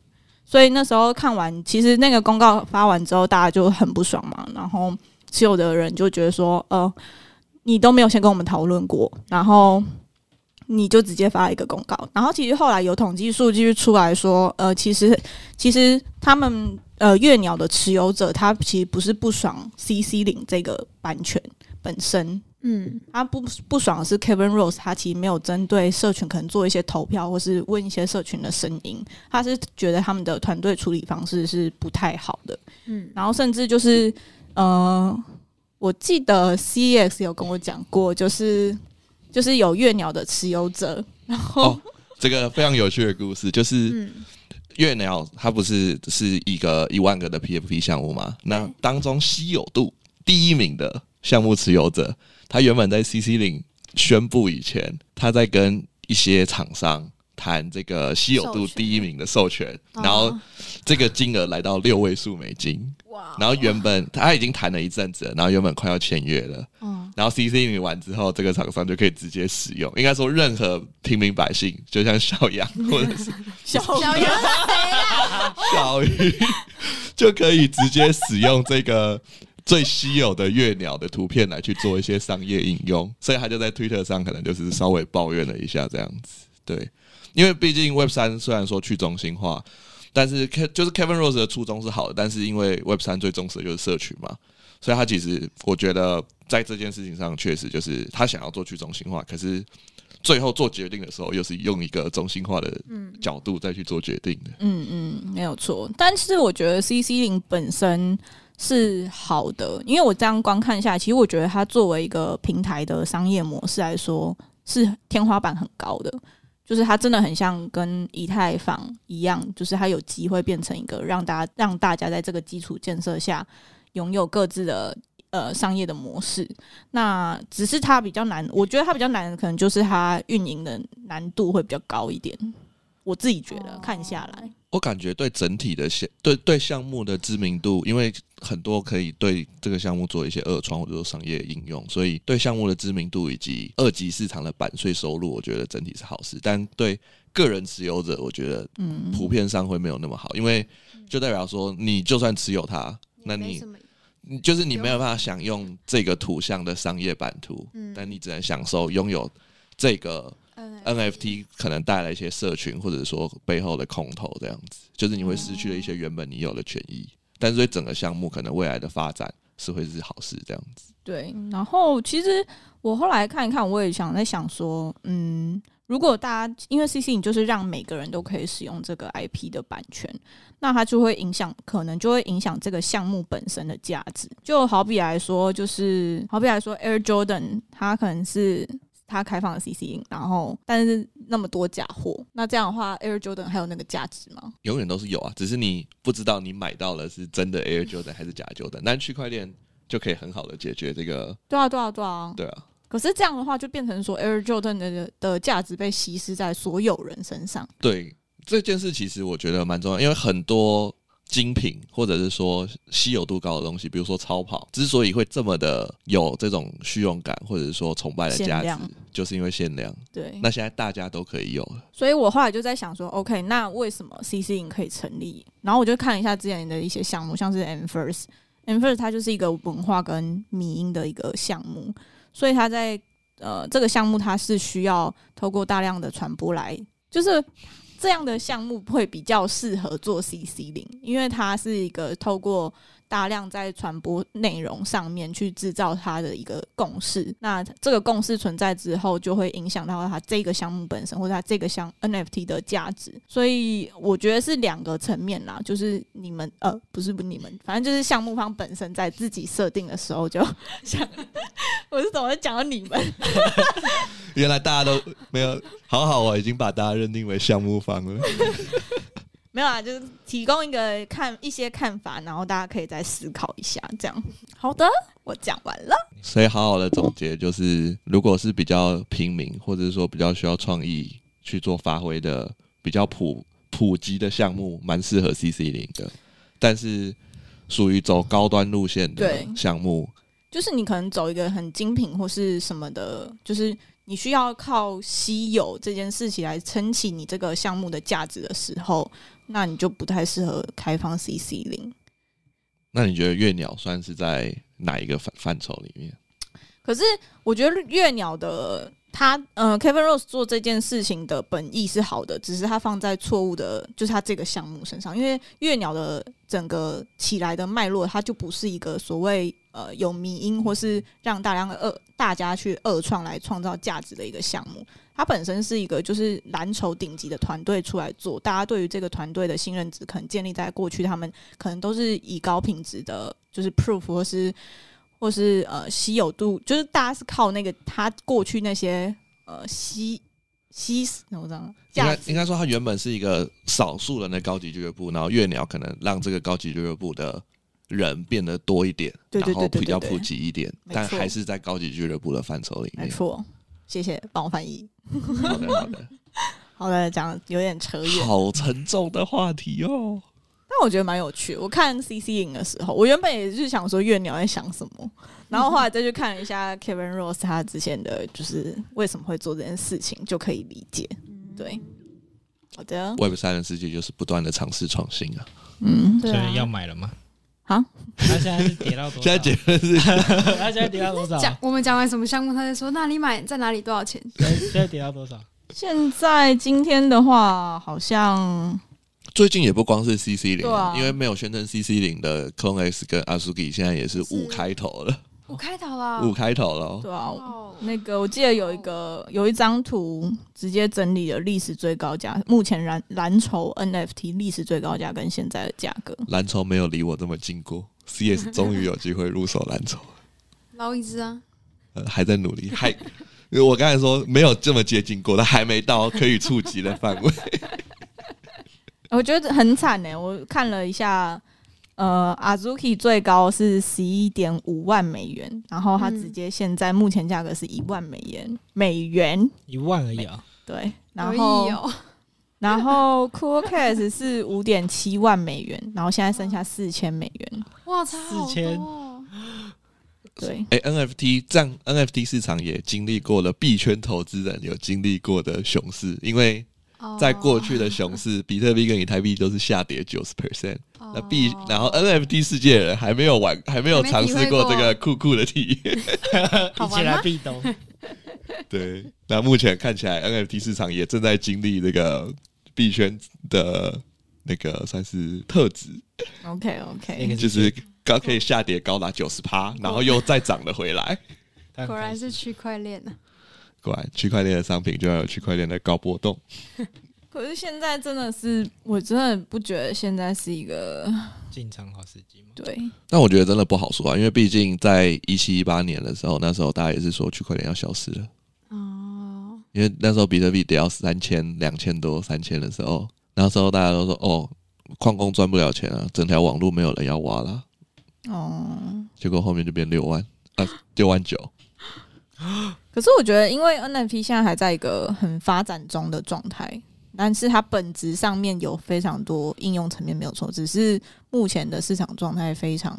Speaker 1: 所以那时候看完，其实那个公告发完之后，大家就很不爽嘛，然后。持有的人就觉得说，呃，你都没有先跟我们讨论过，然后你就直接发一个公告。然后其实后来有统计数据出来说，呃，其实其实他们呃月鸟的持有者，他其实不是不爽 CC 领这个版权本身。
Speaker 2: 嗯，
Speaker 1: 他不不爽的是 Kevin Rose，他其实没有针对社群可能做一些投票，或是问一些社群的声音，他是觉得他们的团队处理方式是不太好的。
Speaker 2: 嗯
Speaker 1: 然后甚至就是，呃，我记得 CEX 有跟我讲过，就是就是有月鸟的持有者，然后、
Speaker 3: 哦这个非常有趣的故事，就是。
Speaker 2: 嗯
Speaker 3: 月鸟它不是是一个一万个的 PFP 项目嘛？那当中稀有度第一名的项目持有者，他原本在 CC 零宣布以前，他在跟一些厂商谈这个稀有度
Speaker 2: 授权
Speaker 3: 第一名的授权，
Speaker 2: 哦
Speaker 3: 然后这个金额来到六位数美金。
Speaker 2: 哇
Speaker 3: 然后原本他已经谈了一阵子了，然后原本快要签约了，
Speaker 2: 嗯
Speaker 3: 然后 CC 零完之后，这个厂商就可以直接使用。应该说，任何平民百姓，就像小杨或者是
Speaker 1: 小
Speaker 2: 小杨是谁啊？
Speaker 3: 小鱼就可以直接使用这个最稀有的月鸟的图片来去做一些商业应用， 所以他就在推特上可能就是稍微抱怨了一下这样子。对，因为毕竟 Web 三虽然说去中心化，但是 Ke 就是 Kevin Rose 的初衷是好的，但是因为 Web 三最重视的就是社群嘛，所以他其实我觉得在这件事情上确实就是他想要做去中心化，可是最后做决定的时候又是用一个中心化的
Speaker 2: 嗯
Speaker 3: 角度再去做决定的。
Speaker 1: 嗯嗯，没有错。但是我觉得 CC 零本身是好的，因为我这样观看下来，其实我觉得它作为一个平台的商业模式来说，是天花板很高的。就是它真的很像跟以太坊一样，就是它有机会变成一个让大家让大家在这个基础建设下拥有各自的呃商业的模式。那只是它比较难，我觉得它比较难，可能就是它运营的难度会比较高一点。我自己觉得、
Speaker 2: 哦
Speaker 1: 看下来，
Speaker 3: 我感觉对整体的项对对项目的知名度，因为很多可以对这个项目做一些二创或者说商业应用，所以对项目的知名度以及二级市场的版税收入，我觉得整体是好事。但对个人持有者，我觉得
Speaker 1: 嗯，
Speaker 3: 普遍上会没有那么好，因为就代表说你就算持有它，那
Speaker 2: 也没
Speaker 3: 你
Speaker 2: 什么
Speaker 3: 你就是你没有办法享用这个图像的商业版图，
Speaker 2: 嗯
Speaker 3: 但你只能享受拥有这个 NFT 可能带来一些社群或者说背后的空投这样子，就是你会失去了一些原本你有的权益，但是对整个项目可能未来的发展是会是好事这样子。
Speaker 1: 对，然后其实我后来看一看，我也想在想说，嗯，如果大家因为 CC，你就是让每个人都可以使用这个 IP 的版权，那它就会影响，可能就会影响这个项目本身的价值。就好比来说，就是好比来说，Air Jordan 它可能是。它开放了 CC，然后但是那么多假货，那这样的话，Air Jordan 还有那个价值吗？
Speaker 3: 永远都是有啊，只是你不知道你买到了是真的 Air Jordan 还是假 Jordan，但区块链就可以很好的解决这个，
Speaker 1: 对啊，对啊，对啊。
Speaker 3: 对啊，
Speaker 1: 可是这样的话，就变成说 Air Jordan 的的价值被稀释在所有人身上。
Speaker 3: 对这件事，其实我觉得蛮重要，因为很多精品或者是说稀有度高的东西，比如说超跑，之所以会这么的有这种虚荣感或者是说崇拜的价
Speaker 1: 限
Speaker 3: 值
Speaker 1: 量，
Speaker 3: 就是因为限量。
Speaker 1: 对，
Speaker 3: 那现在大家都可以有了，
Speaker 1: 所以我后来就在想说，OK，那为什么 CC 影可以成立？然后我就看了一下之前的一些项目，像是 M First。M First 它就是一个文化跟迷音的一个项目，所以它在呃这个项目它是需要透过大量的传播来，就是这样的项目会比较适合做 CC 零，因为它是一个透过大量在传播内容上面去制造它的一个共识。那这个共识存在之后，就会影响到它这个项目本身，或者它这个项 NFT 的价值。所以我觉得是两个层面啦，就是你们呃，不是不是你们，反正就是项目方本身在自己设定的时候就想， 我是怎么讲到你们？
Speaker 3: 原来大家都没有，好好，哦我已经把大家认定为项目方了。
Speaker 1: 没有啊，就是提供一个看一些看法，然后大家可以再思考一下。这样，好的，我讲完了。
Speaker 3: 所以好好的总结就是，如果是比较平民，或者是说比较需要创意去做发挥的比较普普及的项目，蛮适合 CC 零的。但是属于走高端路线的
Speaker 1: 对
Speaker 3: 项目，
Speaker 1: 就是你可能走一个很精品或是什么的，就是你需要靠稀有这件事情来撑起你这个项目的价值的时候，那你就不太适合开放 CC 零。
Speaker 3: 那你觉得月鸟算是在哪一个范范畴里面？
Speaker 1: 可是我觉得月鸟的他，呃，Kevin Rose 做这件事情的本意是好的，只是他放在错误的，就是他这个项目身上，因为月鸟的整个起来的脉络，它就不是一个所谓呃有迷因或是让大量的二大家去二创来创造价值的一个项目。它本身是一个就是蓝筹顶级的团队出来做，大家对于这个团队的信任值可能建立在过去他们可能都是以高品质的，就是 proof 或是或是呃稀有度，就是大家是靠那个他过去那些呃稀稀怎么讲
Speaker 3: 应
Speaker 1: 价
Speaker 3: 该
Speaker 1: 值
Speaker 3: 应该说，它原本是一个少数人的高级俱乐部，然后月鸟可能让这个高级俱乐部的人变得多一点，
Speaker 1: 对对
Speaker 3: 然后
Speaker 1: 对对
Speaker 3: 比较
Speaker 1: 对对
Speaker 3: 普及一点，
Speaker 1: 没错
Speaker 3: 但还是在高级俱乐部的范畴里
Speaker 1: 没
Speaker 3: 面。
Speaker 1: 错，谢谢帮我翻译。
Speaker 3: 好的，好的。
Speaker 1: 好了，讲有点扯远，
Speaker 3: 好沉重的话题哦。
Speaker 1: 但我觉得蛮有趣。我看 CC 影的时候，我原本也是想说月鸟在想什么，然后后来再去看了一下 Kevin Rose 他之前的就是为什么会做这件事情，就可以理解。对，好的，
Speaker 3: Web 三的世界就是不断的尝试创新啊。
Speaker 1: 嗯，
Speaker 2: 对
Speaker 5: 所以要
Speaker 2: 啊，
Speaker 5: 买了吗？
Speaker 1: 好，
Speaker 5: 它现在是跌到
Speaker 1: 啊
Speaker 5: 多少？
Speaker 3: 现在结论是，
Speaker 5: 它现在跌到多少？
Speaker 2: 讲
Speaker 5: 现
Speaker 2: 我们讲完什么项目，他就说那你买在哪里多少钱？
Speaker 5: 在现在跌到多少？
Speaker 1: 现在今天的话，好像
Speaker 3: 最近也不光是 CC 零、
Speaker 1: 对啊
Speaker 3: 因为没有宣称 CC 零的 Clone X 跟 Azuki 现在也是五
Speaker 2: 是
Speaker 3: 开头了，
Speaker 2: 五开头啊啦，
Speaker 3: 五开头了哦。
Speaker 1: 啊对啊，
Speaker 2: 哇
Speaker 1: 那个我记得有一个有一张图，直接整理了历史最高价，目前蓝蓝筹 NFT 历史最高价跟现在的价格。
Speaker 3: 蓝筹没有离我这么近过，CS 终于有机会入手蓝筹，
Speaker 2: 捞一只啊，
Speaker 3: 呃，还在努力，还。因为我刚才说没有这么接近过，但还没到可以触及的范围。
Speaker 1: 欸我觉得很惨呢、我看了一下呃，Azuki 最高是十一点五万美元，然后它
Speaker 2: 嗯
Speaker 1: 直接现在目前价格是一万美元，美元
Speaker 5: 一万而已啊，
Speaker 1: 对，
Speaker 2: 而
Speaker 1: 然
Speaker 2: 已
Speaker 1: 后
Speaker 2: 哦，
Speaker 1: 然后 Cool Cats 是五点七万美元，然后现在剩下四千美元，
Speaker 2: 哇，差好
Speaker 5: 四千
Speaker 2: 多哦。
Speaker 1: 对，
Speaker 3: 哎、n f t 这样 NFT 市场也经历过了币圈投资人有经历过的熊市，因为
Speaker 2: 哦
Speaker 3: 在过去的熊市，比特币跟以太币都是下跌九十 percent。那币，然后 NFT 世界的人还没有玩，哦还没有尝试过这个酷酷的体 验。
Speaker 2: 好玩
Speaker 5: 一起
Speaker 2: 吗
Speaker 5: 来壁 咚。
Speaker 3: 对，那目前看起来 NFT 市场也正在经历这个币圈的那个算是特质，
Speaker 1: OK
Speaker 5: 那
Speaker 1: OK，
Speaker 5: 个
Speaker 3: 就是刚可以下跌高达九十趴，然后又再涨了回来。
Speaker 5: 但
Speaker 2: 果然是
Speaker 5: 还
Speaker 2: 区块链啊，
Speaker 3: 果然，区块链的商品就要有区块链的高波动。
Speaker 1: 可是现在真的是，我真的不觉得现在是一个
Speaker 5: 进场好时机吗？
Speaker 1: 对，
Speaker 3: 但我觉得真的不好说啊，因为毕竟在一七一八年的时候，那时候大家也是说区块链要消失了。
Speaker 2: 哦，
Speaker 3: 因为那时候比特币跌到三千、两千多、三千的时候，那时候大家都说哦，矿工赚不了钱啊，整条网路没有人要挖啦。
Speaker 1: 哦。
Speaker 3: 结果后面就变六万啊，六万九。
Speaker 1: 可是我觉得，因为 NFT 现在还在一个很发展中的状态，但是它本质上面有非常多应用层面没有错，只是目前的市场状态非常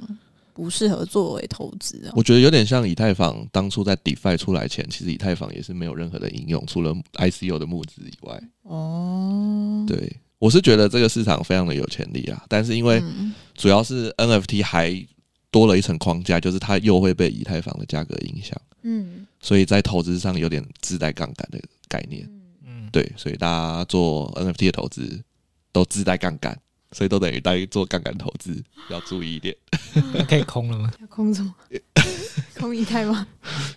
Speaker 1: 不适合作为投资哦。
Speaker 3: 我觉得有点像以太坊当初在 DeFi 出来前，其实以太坊也是没有任何的应用，除了 ICO 的募资以外。
Speaker 1: 哦，
Speaker 3: 对，我是觉得这个市场非常的有潜力啊，但是因为
Speaker 1: 嗯
Speaker 3: 主要是 NFT 还多了一层框架，就是它又会被以太坊的价格影响，
Speaker 2: 嗯，
Speaker 3: 所以在投资上有点自带杠杆的概念。
Speaker 5: 嗯，
Speaker 3: 对，所以大家做 NFT 的投资都自带杠杆，所以都等于在做杠杆投资，要注意一点。啊
Speaker 5: 那可以空了吗？
Speaker 2: 要空什么？空一 太吗？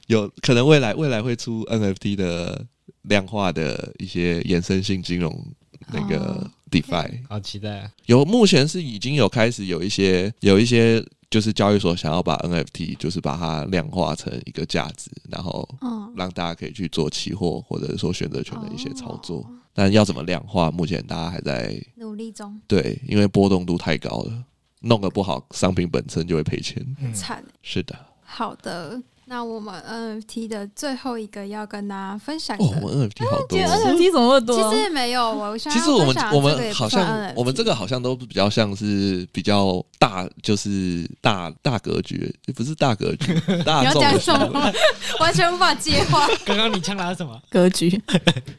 Speaker 3: 有可能未来未来会出 NFT 的量化的一些衍生性金融那个
Speaker 2: 哦
Speaker 3: DeFi，、
Speaker 5: 好期待啊！
Speaker 3: 有目前是已经有开始有一些有一些。就是交易所想要把 NFT，就是把它量化成一个价值，然后
Speaker 2: 嗯，
Speaker 3: 让大家可以去做期货或者说选择权的一些操作。
Speaker 2: 哦
Speaker 3: 但要怎么量化，目前大家还在
Speaker 2: 努力中，
Speaker 3: 对，因为波动度太高了，弄得不好，商品本身就会赔钱。
Speaker 5: 嗯，
Speaker 2: 惨。
Speaker 3: 是的，
Speaker 2: 好的，那我们 NFT 的最后一个要跟大家分享的，
Speaker 3: 哦，我们
Speaker 2: 哎
Speaker 3: NFT 好多、
Speaker 1: 今天
Speaker 3: 哦。
Speaker 1: NFT 怎么那么多？
Speaker 2: 其实也没有，我想
Speaker 3: 其实
Speaker 2: 要
Speaker 3: 我们
Speaker 2: 分享的
Speaker 3: 我
Speaker 2: 这个也
Speaker 3: 们
Speaker 2: 不
Speaker 3: 好
Speaker 2: 算
Speaker 3: 像
Speaker 2: NFT
Speaker 3: 我们这个好像都比较像是比较大，就是大大格局，不是大格 局，
Speaker 2: 你
Speaker 3: 大
Speaker 2: 要
Speaker 3: 众
Speaker 2: 讲
Speaker 3: 的
Speaker 2: 什么？呃 完全无法接话。
Speaker 5: 刚刚你呛他什么？
Speaker 1: 格局，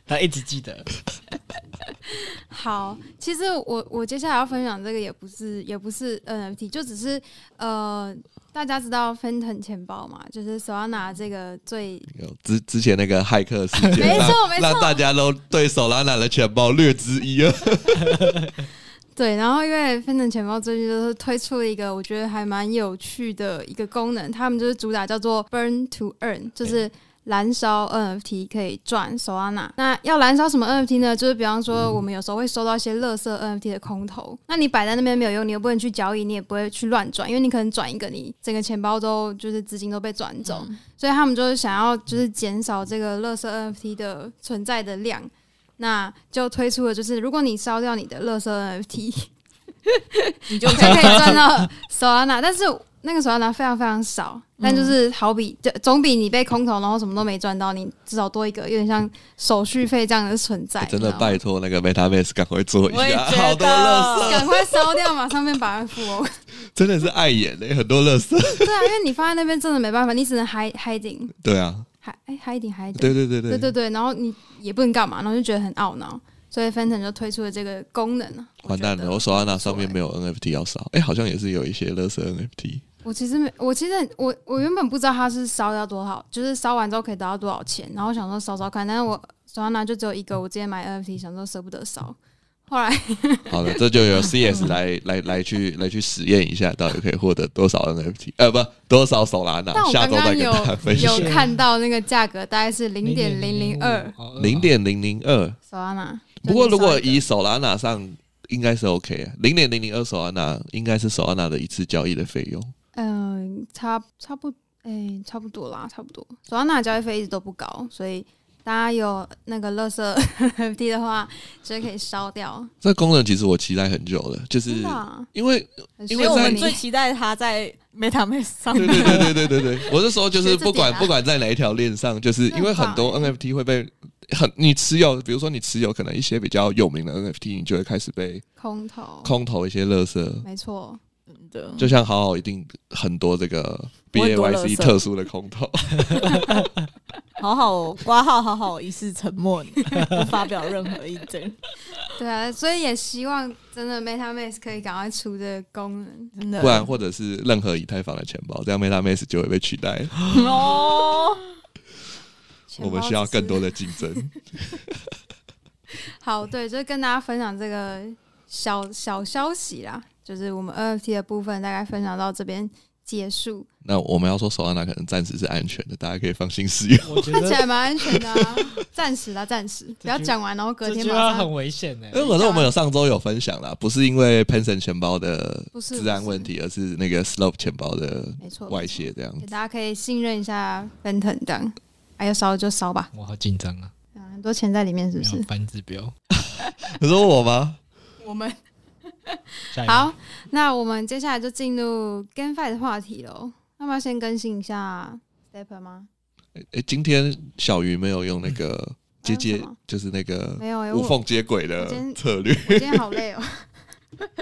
Speaker 5: 他一直记得。
Speaker 2: 好，其实我我接下来要分享这个也不是也不是 NFT，就只是呃，大家知道 Fenton 钱包嘛，就是 Solana 这个最
Speaker 3: 有之之前那个骇客事件，
Speaker 2: 没错
Speaker 3: 让
Speaker 2: 没错
Speaker 3: 让大家都对手拉拿的钱包略知一二。
Speaker 2: 对，然后因为 Fenton 钱包最近就是推出了一个我觉得还蛮有趣的一个功能，他们就是主打叫做 Burn to Earn，就是燃烧 NFT 可以赚 Solana。那要燃烧什么 NFT 呢？就是比方说我们有时候会收到一些垃圾 NFT 的空投，那你摆在那边没有用，你又不能去交易，你也不会去乱转，因为你可能转一个，你整个钱包都就是资金都被转 走。
Speaker 1: 嗯
Speaker 2: 所以他们就是想要就是减少这个垃圾 NFT 的存在的量，那就推出了就是如果你烧掉你的垃圾 NFT，
Speaker 1: 你就
Speaker 2: 就可以赚到 Solana，但是那个 Solana 非常非常少，但就是好比就总比你被空投然后什么都没赚到，你至少多一个有点像手续费这样的存在。
Speaker 3: 欸真的
Speaker 2: 你知道吗
Speaker 3: 拜托那个 MetaMask 赶快做一
Speaker 1: 我也
Speaker 3: 下，
Speaker 1: 觉得
Speaker 3: 好多乐色，
Speaker 2: 赶快烧掉，马上变百万富翁。
Speaker 3: 真的是碍眼嘞、很多乐色。
Speaker 2: 哦 对啊，因为你放在那边真的没办法，你只能 hide hiding，
Speaker 3: 对啊，
Speaker 2: 嗨哎 hiding hiding。
Speaker 3: 对对对对
Speaker 2: 对对对，然后你也不能干嘛，然后就觉得很懊恼，所以 Fenton 就推出了这个功能啊。
Speaker 3: 完蛋了，我手上那上面没有 NFT 要烧，哎、好像也是有一些乐色 NFT，
Speaker 2: 我其实没，我其实很我我原本不知道它是烧掉多少，就是烧完之后可以得到多少钱，然后想说烧烧看，但是我手上拿就只有一个，我之前买 NFT 想说舍不得烧，后来
Speaker 3: 好了，这就由 CS 来来来去来去实验一下，到底可以获得多少 NFT，呃，不多少手拿
Speaker 2: 但
Speaker 3: 拿，
Speaker 2: 我
Speaker 3: 下
Speaker 2: 刚
Speaker 3: 周再
Speaker 2: 刚
Speaker 3: 跟
Speaker 2: 有
Speaker 3: 大家分享
Speaker 2: 有。看到那个价格大概是零点零零二
Speaker 5: 哦，
Speaker 3: 零点零零二，
Speaker 2: 手上拿，
Speaker 3: 不过如果
Speaker 2: 就是
Speaker 3: 以手拿拿上应该是 OK 啊，零点零零二手拿拿应该是手拿拿的一次交易的费用，
Speaker 2: 嗯、差差不哎、差不多啦，差不多，手上拿交易费一直都不高，所以大家有那个垃圾 NFT 的话，直接可以烧掉。
Speaker 3: 这个功能其实我期待很久了，就是
Speaker 2: 真的啊、
Speaker 3: 因为
Speaker 2: 很
Speaker 1: 因
Speaker 3: 因为
Speaker 1: 为我
Speaker 3: 在
Speaker 1: 们
Speaker 2: 你
Speaker 1: 最期待它在 Meta m a s 上
Speaker 3: 对
Speaker 1: 面。
Speaker 3: 对对对对 对对，我是说就
Speaker 2: 学
Speaker 3: 是
Speaker 2: 这
Speaker 3: 不管
Speaker 2: 点啊啊
Speaker 3: 不管在哪一条链上，就是因为很多 NFT 会被很你持有，比如说你持有可能一些比较有名的 NFT，你就会开始被
Speaker 2: 空投，
Speaker 3: 空投一些垃圾，
Speaker 2: 没错，
Speaker 1: 的
Speaker 3: 就像好好一定很多这个
Speaker 1: 我很多垃
Speaker 3: BAYC
Speaker 1: 圾
Speaker 3: 特殊的空 投，
Speaker 1: 好好挂号，好好一世沉默，不发表任何意见，
Speaker 2: 对啊，所以也希望真的 MetaMask 可以赶快出这个功能。
Speaker 1: 真的。
Speaker 3: 不然或者是任何以太坊的钱包，这样 MetaMask 就会被取代。
Speaker 1: 哦，
Speaker 3: 我们需要更多的竞 争。
Speaker 2: 好，对，就是跟大家分享这个小小消息啦，就是我们 NFT 的部分大概分享到这边结束，
Speaker 3: 那我们要说手安娜可能暂时是安全的，大家可以放 心使用。
Speaker 5: 我觉
Speaker 2: 看起
Speaker 5: 得
Speaker 2: 来蛮安全的、 啊，暂时啦，暂时不要讲完，然后隔
Speaker 5: 这
Speaker 2: 天
Speaker 5: 句
Speaker 2: 马
Speaker 5: 话
Speaker 2: 上
Speaker 5: 很危险欸呢
Speaker 3: 因。为可是我们有上周有分享啦，不是因为 Penson 钱包的
Speaker 2: 不是
Speaker 3: 治安问题，而是那个 Slope 钱包的
Speaker 2: 没错，
Speaker 3: 外泄这样
Speaker 2: 对大家可以信任一下 Benton 这样，哎要烧就烧吧，
Speaker 5: 我好紧张啊，
Speaker 2: 啊很多钱在里面是
Speaker 5: 没
Speaker 2: 不
Speaker 5: 有
Speaker 2: 是？
Speaker 5: 翻指标。
Speaker 3: 你说我吗？
Speaker 2: 我们
Speaker 5: 下一个，
Speaker 2: 好，那我们接下来就进入 GameFi 的话题喽。那么要先更新一下 Stepper 吗？
Speaker 3: 诶、今天小鱼没有用那个
Speaker 2: 嗯还
Speaker 3: 接
Speaker 2: 有什
Speaker 3: 接
Speaker 2: 么，
Speaker 3: 就是那个
Speaker 2: 没有哎、
Speaker 3: 嗯无
Speaker 2: 我
Speaker 3: 缝接轨的
Speaker 2: 我今天
Speaker 3: 策略。
Speaker 2: 我今天好累哦，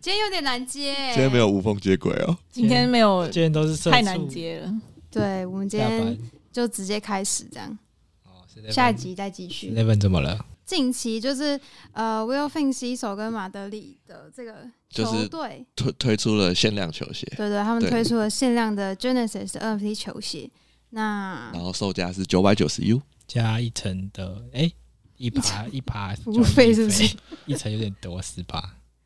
Speaker 2: 今天有点难接、欸。
Speaker 3: 今天没有无缝接轨哦，
Speaker 1: 今天没有
Speaker 5: 今天都是社畜
Speaker 1: 太难，接了，
Speaker 2: 对，我们今
Speaker 5: 下
Speaker 2: 天
Speaker 5: 班
Speaker 2: 就直接开始这样，
Speaker 5: 哦，Seven
Speaker 2: 下一集再继续。
Speaker 5: Seven 怎么了？
Speaker 2: 近期就是呃，Will Fin 西手跟马德里的这个
Speaker 3: 就是
Speaker 2: 球 队，
Speaker 3: 推推出了限量球鞋，
Speaker 2: 对对，他们
Speaker 3: 对
Speaker 2: 推出了限量的 Genesis 的 NFT 球鞋。那
Speaker 3: 然后售价是九百九十 U，
Speaker 5: 加一层的，哎、一爬一 爬
Speaker 2: 服务费是不是？
Speaker 5: 一层有点多，十八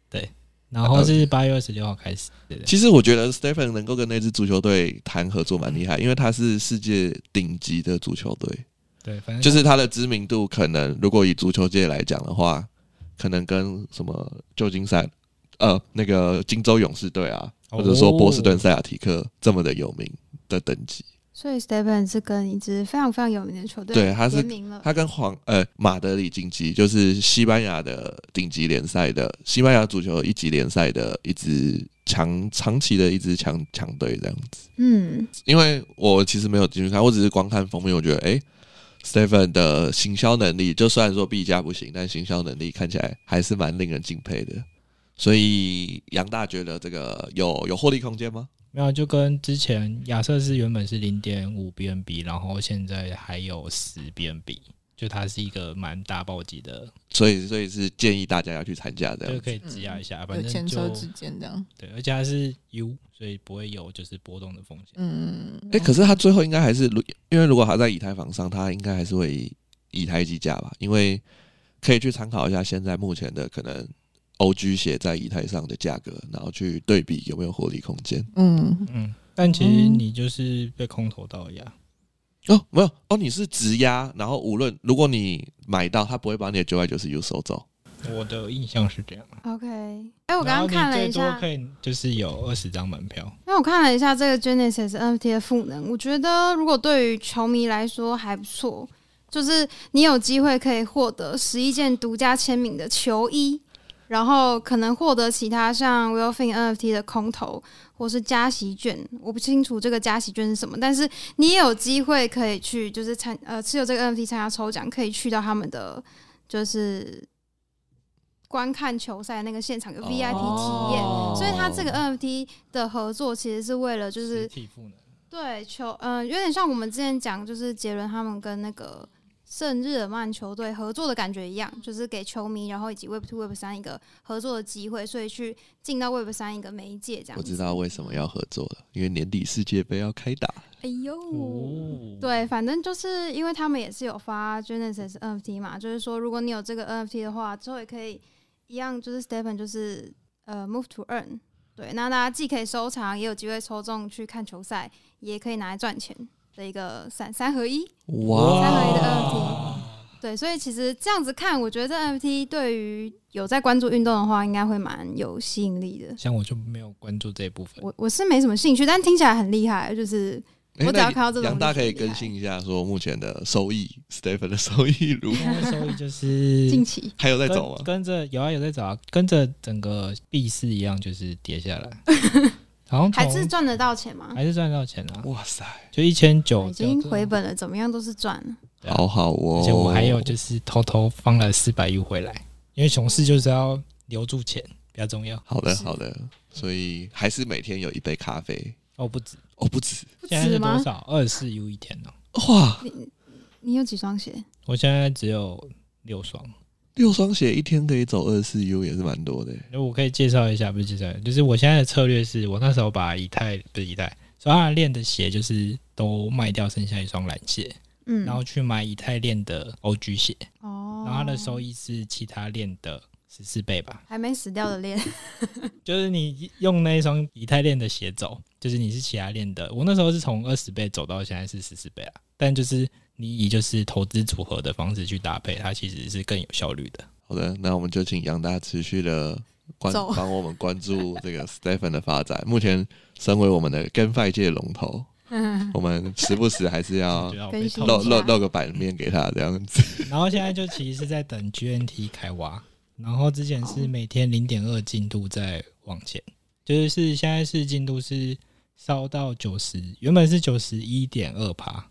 Speaker 5: 对。 然后是八月二十六号开始，对的。
Speaker 3: 其实我觉得 Stephen 能够跟那支足球队谈合作蛮厉害，因为他是世界顶级的足球队，
Speaker 5: 对，反正
Speaker 3: 就是他的知名度可能，如果以足球界来讲的话，可能跟什么旧金山、呃那个金州勇士队啊，
Speaker 5: 哦
Speaker 3: 或者说波士顿塞尔提克这么的有名的等级。
Speaker 2: 所以 Stephen 是跟一支非常非常有名的球队
Speaker 3: 对他是
Speaker 2: 联名了，
Speaker 3: 他跟皇呃马德里晋级，就是西班牙的顶级联赛的西班牙足球一级联赛的一支强长期的一支强强队这样子。
Speaker 2: 嗯，
Speaker 3: 因为我其实没有进去看，我只是光看封面，我觉得诶 s t e p h e n 的行销能力，就虽然说 B 加不行，但行销能力看起来还是蛮令人敬佩的。所以杨大觉得这个有有获利空间吗？
Speaker 5: 没有，就跟之前亚瑟士原本是零点五 BNB，然后现在还有十 BNB，就它是一个蛮大暴击的，
Speaker 3: 所以所以是建议大家要去参加这
Speaker 5: 就
Speaker 3: 样
Speaker 5: 可
Speaker 3: 子。
Speaker 5: 以
Speaker 2: 嗯
Speaker 5: 质押一下，
Speaker 1: 有
Speaker 5: 反正
Speaker 1: 前
Speaker 5: 就
Speaker 1: 车之鉴这样。
Speaker 5: 对，而且它是 U，所以不会有就是波动的风险。
Speaker 1: 嗯，
Speaker 3: 诶，可是他最后应该还是如，因为如果他在以太坊上，他应该还是会以以太计价吧，因为可以去参考一下现在目前的可能 OG 鞋在以太上的价格，然后去对比有没有获利空间。
Speaker 1: 嗯，
Speaker 5: 嗯，但其实你就是被空投到呀，
Speaker 3: 哦，没有哦，你是直押，然后无论如果你买到，他不会把你的九百九十 U 收走。
Speaker 5: 我的印象是这样。
Speaker 2: OK，哎、我刚刚看了一
Speaker 5: 然
Speaker 2: 下
Speaker 5: 后你最多，可以就是有二十张门票。
Speaker 2: 因为我看了一下这个 Genesis NFT 的赋能，我觉得如果对于球迷来说还不错，就是你有机会可以获得十一件独家签名的球衣，然后可能获得其他像 Will Fin NFT 的空投或是加息券，我不清楚这个加息券是什么，但是你也有机会可以去就是参呃持有这个 NFT 参加抽奖，可以去到他们的就是观看球赛那个现场有 VIP 体验。
Speaker 1: 哦
Speaker 2: 所以它这个 NFT 的合作其实是为了就
Speaker 5: 实
Speaker 2: 是
Speaker 5: 体赋能，
Speaker 2: 对球，嗯、有点像我们之前讲，就是杰伦他们跟那个圣日耳曼球队合作的感觉一样，就是给球迷，然后以及 Web Two、Web 三一个合作的机会，所以去进到 Web 三一个媒介这样
Speaker 3: 我知
Speaker 2: 子。
Speaker 3: 道为什么要合作了，因为年底世界杯要开打。
Speaker 2: 哎呦。
Speaker 5: 哦，
Speaker 2: 对，反正就是因为他们也是有发 Genesis NFT 嘛，就是说如果你有这个 NFT 的话，之后也可以一样，就是 Stephen 就是呃 Move to Earn，对，那大家既可以收藏，也有机会抽中去看球赛，也可以拿来赚钱的一个三三合一，
Speaker 3: 哇，
Speaker 2: 三合一的
Speaker 5: 哦
Speaker 2: NFT。对，所以其实这样子看，我觉得这 NFT 对于有在关注运动的话，应该会蛮有吸引力的。
Speaker 5: 像我就没有关注这一部分。
Speaker 2: 我我是没什么兴趣，但听起来很厉害，就是
Speaker 3: 诶
Speaker 2: 我只要
Speaker 3: 哎那
Speaker 2: 看到这种
Speaker 3: 杨大
Speaker 2: 就觉
Speaker 3: 可
Speaker 2: 得
Speaker 3: 以
Speaker 2: 厉害
Speaker 3: 更新一下，说目前的收益，Stephen 的收益如何？
Speaker 5: 那收益 就是
Speaker 2: 近期
Speaker 3: 还有在
Speaker 5: 跟
Speaker 3: 走吗？
Speaker 5: 跟着有啊有在找啊，跟着整个币市一样，就是跌下 来，好嗯像从
Speaker 2: 还是赚得到钱吗？
Speaker 5: 还是赚到钱了、啊，
Speaker 3: 哇塞，
Speaker 5: 就一千九，
Speaker 2: 已经
Speaker 5: 哦
Speaker 2: 回本了，怎么样都是赚了。
Speaker 5: 对啊
Speaker 3: 好好
Speaker 5: 而
Speaker 3: 哦！
Speaker 5: 且我还有就是偷偷放了四百亿回来，因为熊市就是要留住钱比较重要。
Speaker 3: 好的
Speaker 2: 是
Speaker 3: 好的，所以还是每天有一杯咖啡
Speaker 5: 哦，不止，
Speaker 3: 哦，不止
Speaker 2: 不
Speaker 5: 现在是
Speaker 2: 止吗
Speaker 5: 多？少？二四 U 一天哦，
Speaker 3: 哇，
Speaker 2: 你有几双鞋？
Speaker 5: 我现在只有六双。
Speaker 3: 六双鞋一天可以走二四 U 也是蛮多的耶。欸
Speaker 5: 那我可以介绍一下，不是介绍，就是我现在的策略是我那时候把以太不是以太，所阿链的鞋就是都卖掉，剩下一双蓝鞋，
Speaker 2: 嗯，
Speaker 5: 然后去买以太链的 OG 鞋，
Speaker 2: 哦，
Speaker 5: 然后它的收益是其他链的十四倍吧。
Speaker 2: 还没死掉的
Speaker 5: 哦
Speaker 2: 链，
Speaker 5: 就是你用那一双以太链的鞋走，就是你是其他链的。我那时候是从二十倍走到现在是十四倍啊，但就是你以就是投资组合的方式去搭配，它其实是更有效率的。
Speaker 3: 好的，那我们就请杨大持续的关
Speaker 2: 走
Speaker 3: 帮我们关注这个 Stephen 的发展。目前身为我们的 GameFi 界龙头，
Speaker 2: 嗯
Speaker 3: 我们时不时还是要
Speaker 5: 就要
Speaker 2: 更
Speaker 5: 被
Speaker 2: 新
Speaker 5: 套
Speaker 2: 一下嗯
Speaker 3: 露露露个版面给他这样子。
Speaker 5: 然后现在就其实是在等 GNT 开挖，然后之前是每天零点二进度在往前，就是是现在是进度是烧到九十，原本是九十一点二趴，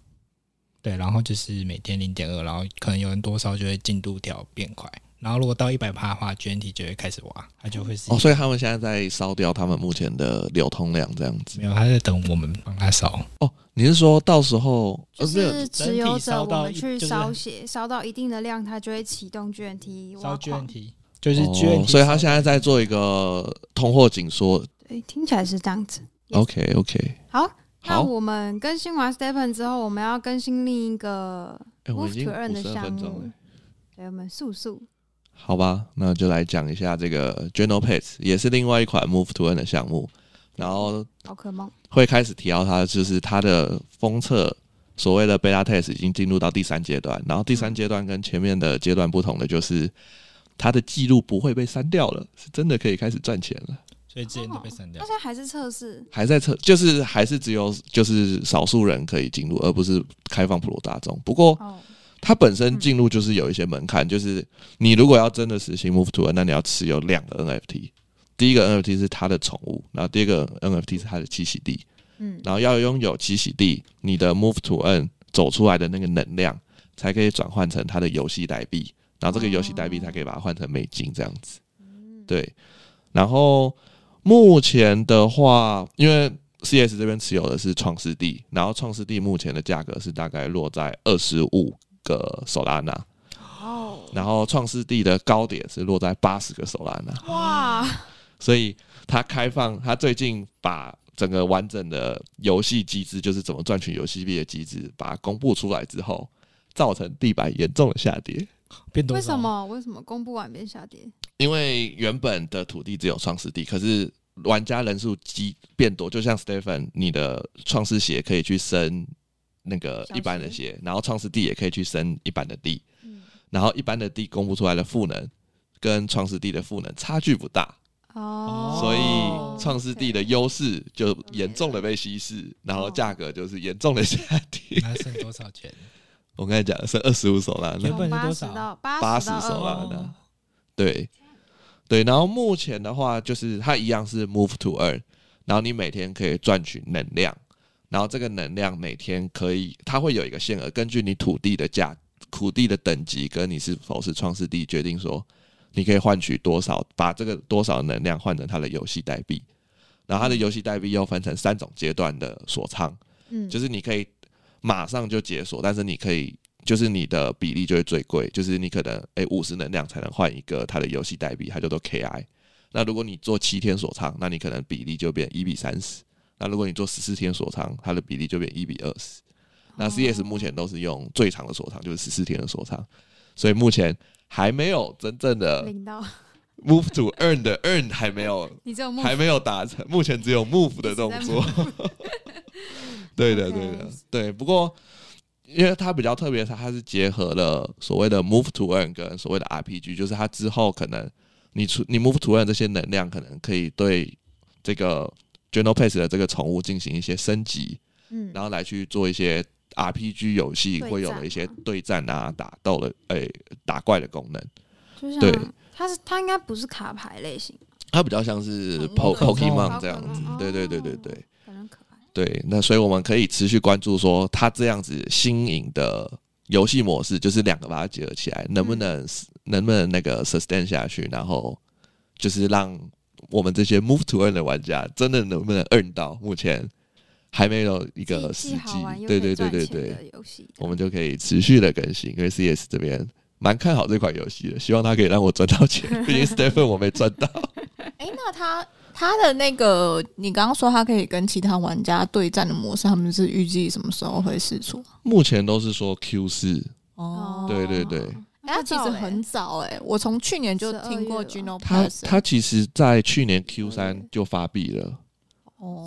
Speaker 5: 对，然后就是每天零点二，然后可能有人多烧就会进度条变快，然后如果到一百趴的话，GNT 就会开始挖，它就会是、
Speaker 3: 哦，所以他们现在在烧掉他们目前的流通量这样子。
Speaker 5: 没有，它在等我们帮它烧，
Speaker 3: 哦，你是说到时候
Speaker 2: 就
Speaker 3: 呃没有
Speaker 2: 哦是持有者我们去
Speaker 5: 整体烧到
Speaker 2: 烧
Speaker 5: 一
Speaker 2: 血，烧到一定的量，它就会启动 GNT 挖
Speaker 5: 烧
Speaker 2: 矿。
Speaker 5: GNT 就是
Speaker 3: 哦
Speaker 5: GNT，、
Speaker 3: 所以他现在在做一个通货紧缩。
Speaker 2: 对，听起来是这样子。Yes
Speaker 3: OK OK，
Speaker 2: 好，那
Speaker 3: 好，
Speaker 2: 我们更新完 Stephen 之后，我们要更新另一个
Speaker 3: 哎我们
Speaker 2: Move
Speaker 3: 已经
Speaker 2: to Earn
Speaker 3: 五
Speaker 2: 的
Speaker 3: 十二
Speaker 2: 项
Speaker 3: 分钟
Speaker 2: 目
Speaker 3: 了。。
Speaker 2: 对，我们速速
Speaker 3: 好吧，那就来讲一下这个 Journal Pets，也是另外一款 Move to N 的项目。然后
Speaker 2: 宝可梦，
Speaker 3: 会开始提到它，就是它的封测所谓的 beta test 已经进入到第三阶段。然后第三阶段跟前面的阶段不同的就是，它的记录不会被删掉了，是真的可以开始赚钱了。
Speaker 5: 所以之前都被删掉
Speaker 2: 那。现在还是测试，
Speaker 3: 还在测，就是还是只有就是少数人可以进入，而不是开放普罗大众。不过
Speaker 2: 哦，
Speaker 3: 它本身进入就是有一些门槛，就是你如果要真的实行 Move to N，那你要持有两个 NFT。第一个 NFT 是它的宠物，然后第二个 NFT 是它的栖息地，
Speaker 2: 嗯，
Speaker 3: 然后要拥有栖息地，你的 Move to N 走出来的那个能量，才可以转换成它的游戏代币，然后这个游戏代币才可以把它换成美金这样子。对，然后目前的话，因为 CS 这边持有的是创世地，然后创世地目前的价格是大概落在二十五个手拉纳，
Speaker 2: 哦，
Speaker 3: 然后创世地的高点是落在八十个手拉纳。
Speaker 2: 哇，
Speaker 3: 所以他开放，他最近把整个完整的游戏机制，就是怎么赚取游戏币的机制，把它公布出来之后，造成地板严重的下跌。
Speaker 5: 变多
Speaker 2: 为
Speaker 5: 少
Speaker 2: 什么？为什么公布完变下跌？
Speaker 3: 因为原本的土地只有创世地，可是玩家人数激变多，就像 Stephen，你的创世鞋可以去升那个
Speaker 2: 小
Speaker 3: 一般的
Speaker 2: 鞋
Speaker 3: 鞋，然后创世地也可以去升一般的地，
Speaker 2: 嗯，
Speaker 3: 然后一般的地公布出来的赋能跟创世地的赋能差距不大，
Speaker 2: 哦，
Speaker 3: 所
Speaker 5: 哦
Speaker 3: 以创世地的优势就严重的被稀释，然后价格就是严重的下跌。
Speaker 5: 那剩多少钱？
Speaker 3: 我刚才讲的是二十五手拉
Speaker 5: 原
Speaker 3: 那
Speaker 5: 本是
Speaker 2: 八
Speaker 5: 多
Speaker 2: 十
Speaker 5: 少啊
Speaker 2: 到
Speaker 3: 八
Speaker 2: 八
Speaker 3: 十
Speaker 2: 到
Speaker 3: 手拉
Speaker 2: 25
Speaker 3: 那，对对。然后目前的话，就是它一样是 move to earn，然后你每天可以赚取能量，然后这个能量每天可以，它会有一个限额，根据你土地的价、土地的等级跟你是否是创世地决定说。你可以换取多少，把这个多少能量换成它的游戏代币，然后它的游戏代币又分成三种阶段的锁仓，
Speaker 2: 嗯，
Speaker 3: 就是是你可以马上就解锁，但是你可以就是你的比例就会最贵，就是你可能诶五十能量才能换一个它的游戏代币，它叫做 KI。那如果你做七天锁仓，那你可能比例就变一比三十。那如果你做十四天锁仓，它的比例就变一比二十。
Speaker 2: 哦
Speaker 3: 那 CS 目前都是用最长的锁仓，就是十四天的锁仓，所以目前还没有真正的
Speaker 2: 领 到，
Speaker 3: move to earn 的 earn 还没有
Speaker 2: 你只有梦
Speaker 3: 还没有达成，目前只有 move 的动 作。 对的，
Speaker 2: OK
Speaker 3: 对的，对。不过，因为它比较特别，它它是结合了所谓的 move to earn 跟所谓的 RPG，就是它之后可能你出你 move to earn 这些能量，可能可以对这个 journal pace 的这个宠物进行一些升级，
Speaker 2: 嗯，
Speaker 3: 然后来去做一些 RPG 游戏
Speaker 2: 对
Speaker 3: 会有
Speaker 2: 战啊
Speaker 3: 的一些
Speaker 2: 吗
Speaker 3: 对战啊、打斗的、诶、打怪的功能。
Speaker 2: 就像
Speaker 3: 对
Speaker 2: 它是它应该不是卡牌类型，
Speaker 3: 它比较像是
Speaker 1: 宠
Speaker 3: Po
Speaker 1: 物
Speaker 5: 的宠物
Speaker 3: Pokemon 这样子
Speaker 2: 哦，
Speaker 3: 对对对对对
Speaker 2: 感觉很可爱。
Speaker 3: 对。那所以我们可以持续关注说，它这样子新颖的游戏模式，就是两个把它结合起来，能
Speaker 2: 嗯
Speaker 3: 不能、能不能那个 sustain 下去，然后就是让我们这些 move to earn 的玩家真的能不能 earn 到？目前还没有一个
Speaker 2: 既
Speaker 3: 时
Speaker 2: 既好
Speaker 3: 机
Speaker 2: 玩，又
Speaker 3: 对
Speaker 2: 可
Speaker 3: 对
Speaker 2: 以
Speaker 3: 对
Speaker 2: 赚
Speaker 3: 对
Speaker 2: 钱
Speaker 3: 对，
Speaker 2: 的游戏，
Speaker 3: 我们就可以持续的更新，因为 CS 这边。蛮看好这款游戏的，希望它可以让我赚到钱。毕竟 Stephen 我 没赚到，
Speaker 1: 哎、那他他的那个，你刚刚说他可以跟其他玩家对战的模式，他们是预计什么时候会试出？
Speaker 3: 目前都是说 Q 四，
Speaker 1: 哦，
Speaker 3: 对对对
Speaker 1: 哎、他其实
Speaker 2: 欸
Speaker 1: 很早哎、我从去年就听过
Speaker 2: 12月
Speaker 1: Gino
Speaker 2: 了
Speaker 1: p
Speaker 3: 他
Speaker 1: e s
Speaker 3: 他其实，在去年 Q 三就发币了，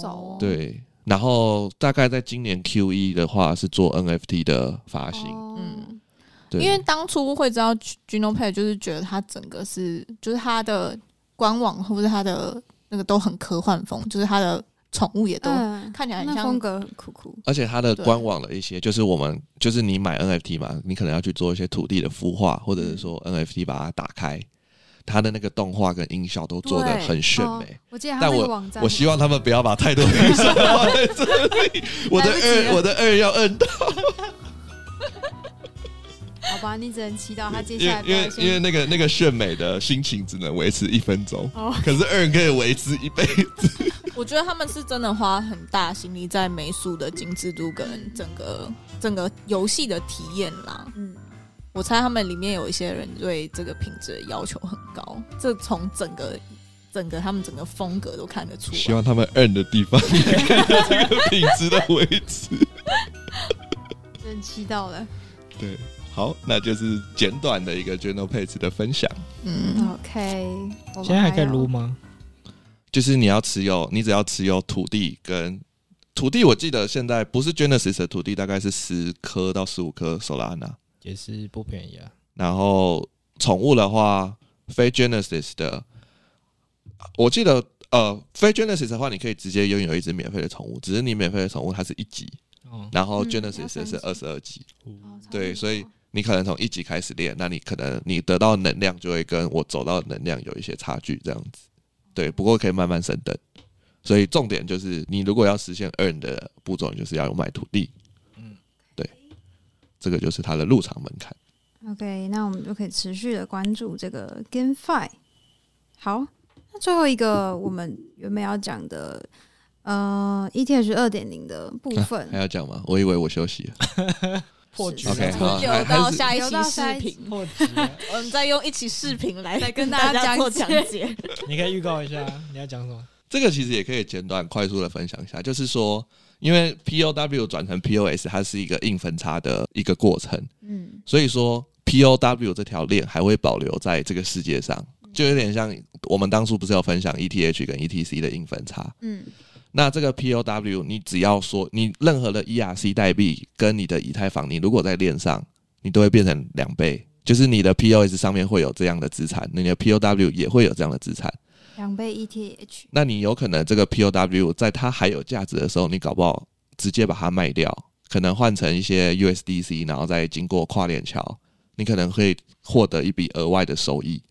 Speaker 2: 早哦
Speaker 3: 对。然后大概在今年 Q 一的话，是做 NFT 的发行，
Speaker 2: 嗯
Speaker 1: 嗯，
Speaker 3: 对，
Speaker 1: 因为当初会知道 Gino Pay，就是觉得它整个是，就是它的官网或者它的那个都很科幻风，就是它的宠物也都
Speaker 2: 嗯，
Speaker 1: 看起来很
Speaker 2: 那风
Speaker 1: 像，
Speaker 2: 格很酷酷，
Speaker 3: 而且它的
Speaker 1: 对
Speaker 3: 官网的一些，就是我们就是你买 NFT 嘛，你可能要去做一些土地的孵化，或者是说
Speaker 1: 嗯
Speaker 3: NFT 把它打开，它的那个动画跟音效都做的
Speaker 1: 对
Speaker 3: 很炫
Speaker 2: 哦
Speaker 3: 美。
Speaker 2: 我记得他
Speaker 3: 但
Speaker 2: 那个网站，
Speaker 3: 我希望他们不要把太多预算花在这 里，我的
Speaker 1: 来不及
Speaker 3: 二
Speaker 1: 了
Speaker 3: 我的二要摁到，
Speaker 2: 好吧，你只能祈祷他接
Speaker 3: 因
Speaker 2: 下
Speaker 3: 为
Speaker 2: 来不
Speaker 3: 因
Speaker 2: 要
Speaker 3: 为因为那个那个炫美的心情只能维持一分钟，
Speaker 2: 哦
Speaker 3: 可是二可以维持一辈子。
Speaker 1: 我觉得他们是真的花很大心力在美术的精致度跟整个整个游戏的体验啦。
Speaker 2: 嗯，
Speaker 1: 我猜他们里面有一些人对这个品质的要求很高，这从整个整个他们整个风格都看得出
Speaker 3: 希
Speaker 1: 来。
Speaker 3: 望他们摁的 地方可以看到这个品质的维持。
Speaker 2: 只能祈祷了。
Speaker 3: 对，好，那就是简短的一个 Journal Page 的分享。
Speaker 1: 嗯，
Speaker 2: OK，我们
Speaker 5: 现在还可以
Speaker 2: 哦有
Speaker 5: 撸吗？
Speaker 3: 就是你要持有，你只要持有土地跟土地，我记得现在不是 Genesis 的土地，大概是十颗到十五颗 Solana。
Speaker 5: 也是不便宜啊。
Speaker 3: 然后宠物的话，非 Genesis 的，我记得呃，非 Genesis 的话，你可以直接拥有一只免费的宠物，只是你免费的宠物它是一级，
Speaker 5: 哦，
Speaker 3: 然后
Speaker 2: 嗯
Speaker 3: Genesis
Speaker 2: 要
Speaker 3: 的是
Speaker 2: 三
Speaker 3: 二十二级，
Speaker 2: 哦差不
Speaker 3: 对
Speaker 2: 多
Speaker 3: 所以你可能从一级开始练，那你可能你得到的能量就会跟我走到的能量有一些差距，这样子。对，不过可以慢慢升等。所以重点就是，你如果要实现 earn 的步骤，你就是要有买土地。嗯
Speaker 5: 嗯，
Speaker 3: 对，这个就是它的入场门槛。
Speaker 2: OK，那我们就可以持续的关注这个 GameFi。好，那最后一个我们原本要讲的，呃，ETH 二点零的部分
Speaker 3: 啊还，要讲吗？我以为我休息了。
Speaker 5: 破局
Speaker 2: 是
Speaker 3: OK，
Speaker 2: 是
Speaker 3: 哎好，
Speaker 1: 留
Speaker 3: 还
Speaker 1: 到
Speaker 3: 是
Speaker 1: 下一
Speaker 2: 留
Speaker 1: 期
Speaker 2: 到下
Speaker 1: 视
Speaker 2: 一
Speaker 1: 频，
Speaker 5: 破局了，
Speaker 1: 我们再用一期视频来
Speaker 2: 来跟大
Speaker 1: 大
Speaker 2: 家
Speaker 1: 做
Speaker 2: 讲
Speaker 1: 讲
Speaker 2: 解
Speaker 1: 解。
Speaker 5: 你可以预告一下你要讲什么。
Speaker 3: 这个其实也可以简短快速的分享一下，就是说，因为 POW 转成 POS，它是一个硬分叉的一个过程，
Speaker 2: 嗯，
Speaker 3: 所以说 POW 这条链还会保留在这个世界上，就有点像我们当初不是有分享 ETH 跟 ETC 的硬分叉。
Speaker 2: 嗯，
Speaker 3: 那这个 POW，你只要说你任何的 ERC 代币跟你的以太坊，你如果在链上，你都会变成两倍，就是你的 POS 上面会有这样的资产，你的 POW 也会有这样的资产。
Speaker 2: 两倍 E ETH，
Speaker 3: 那你有可能这个 POW 在它还有价值的时候，你搞不好直接把它卖掉，可能换成一些 USDC，然后再经过跨链桥，你可能会获得一笔额外的收益。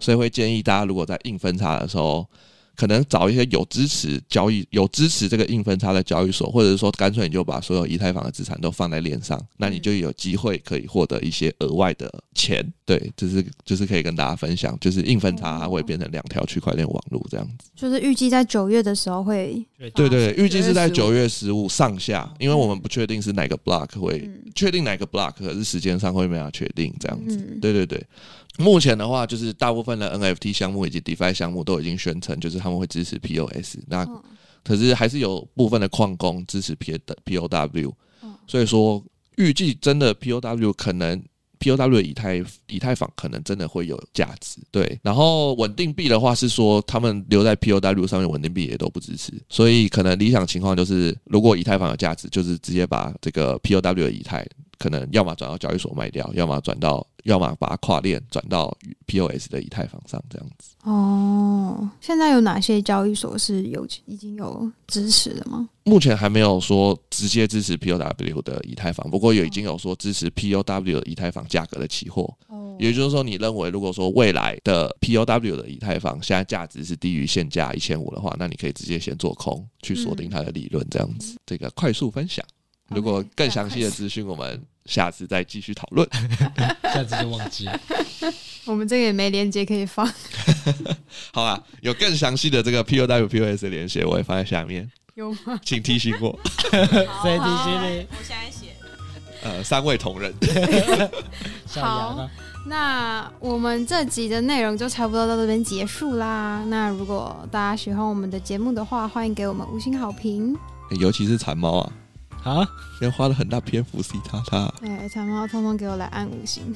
Speaker 3: 所以会建议大家，如果在硬分叉的时候，可能找一些有支持交易、有支持这个硬分叉的交易所，或者是说干脆你就把所有以太坊的资产都放在链上，那你就有机会可以获得一些额外的钱。对，这是就是可以跟大家分享，就是硬分叉它会变成两条区块链网络这样子。
Speaker 2: 就是预计在九月的时候会，
Speaker 3: 对对，预计是在
Speaker 1: 9
Speaker 3: 九月哦十五嗯上下，因为我们不确定是哪个 block 会
Speaker 2: 嗯
Speaker 3: 确定哪个 block，可是时间上会没法确定这样子。
Speaker 2: 嗯，
Speaker 3: 对对对，目前的话就是大部分的 NFT 项目以及 DeFi 项目都已经宣称，就是他们会支持 POS，那
Speaker 2: 嗯
Speaker 3: 可是还是有部分的矿工支持 P 的 POW，
Speaker 2: 嗯
Speaker 3: 所以说预计真的 POW 可能 POW 的以太以太坊可能真的会有价值，对。然后稳定币的话是说他们留在 POW 上面稳定币也都不支持，所以可能理想情况就是如果以太坊有价值，就是直接把这个 POW 的以太。可能要么转到交易所卖掉，要么转到，要么把它跨链转到 POS 的以太坊上这样子。
Speaker 2: 哦，现在有哪些交易所是有已经有支持的吗？
Speaker 3: 目前还没有说直接支持 POW 的以太坊，不过有已经有说支持 POW 的以太坊价格的期货。
Speaker 2: 哦
Speaker 3: 也就是说，你认为如果说未来的 POW 的以太坊现在价值是低于现价一千五的话，那你可以直接先做空，去锁定它的利润，这样子。这个快速分享，
Speaker 2: OK，
Speaker 3: 如果更详细的资讯，我们下次再继续讨论。
Speaker 5: 下次就忘记了。
Speaker 2: 我们这个也没链接可以放，
Speaker 3: 好啦，有更详细的这个 POW POS 的连接，我也放在下面，
Speaker 2: 有吗？
Speaker 3: 请提醒我。
Speaker 5: 所以必须
Speaker 1: 我现在写。
Speaker 3: 呃，三位同仁，
Speaker 5: 得下牙了。
Speaker 2: 那我们这集的内容就差不多到这边结束啦。那如果大家喜欢我们的节目的话，欢迎给我们五星好评。
Speaker 3: 欸尤其是馋猫啊，
Speaker 5: 好，
Speaker 3: 先花了很大篇幅 C 啊他他，
Speaker 2: 对，长毛哎通通给我来按五星。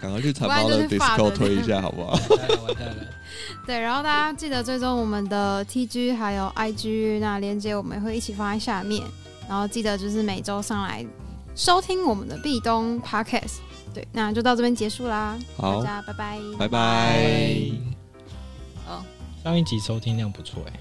Speaker 3: 赶快去馋猫的
Speaker 2: 不然就是发的
Speaker 3: Discord 推一下好不好？
Speaker 5: 完蛋了，完蛋了。
Speaker 2: 对，然后大家记得追踪我们的 TG 还有 IG，那链接我们也会一起放在下面。然后记得就是每周上来收听我们的壁咚 Podcast。对，那就到这边结束啦，大
Speaker 3: 好，
Speaker 2: 家拜拜。
Speaker 3: 拜拜
Speaker 1: 哦，
Speaker 5: 上一集收听量不错哎、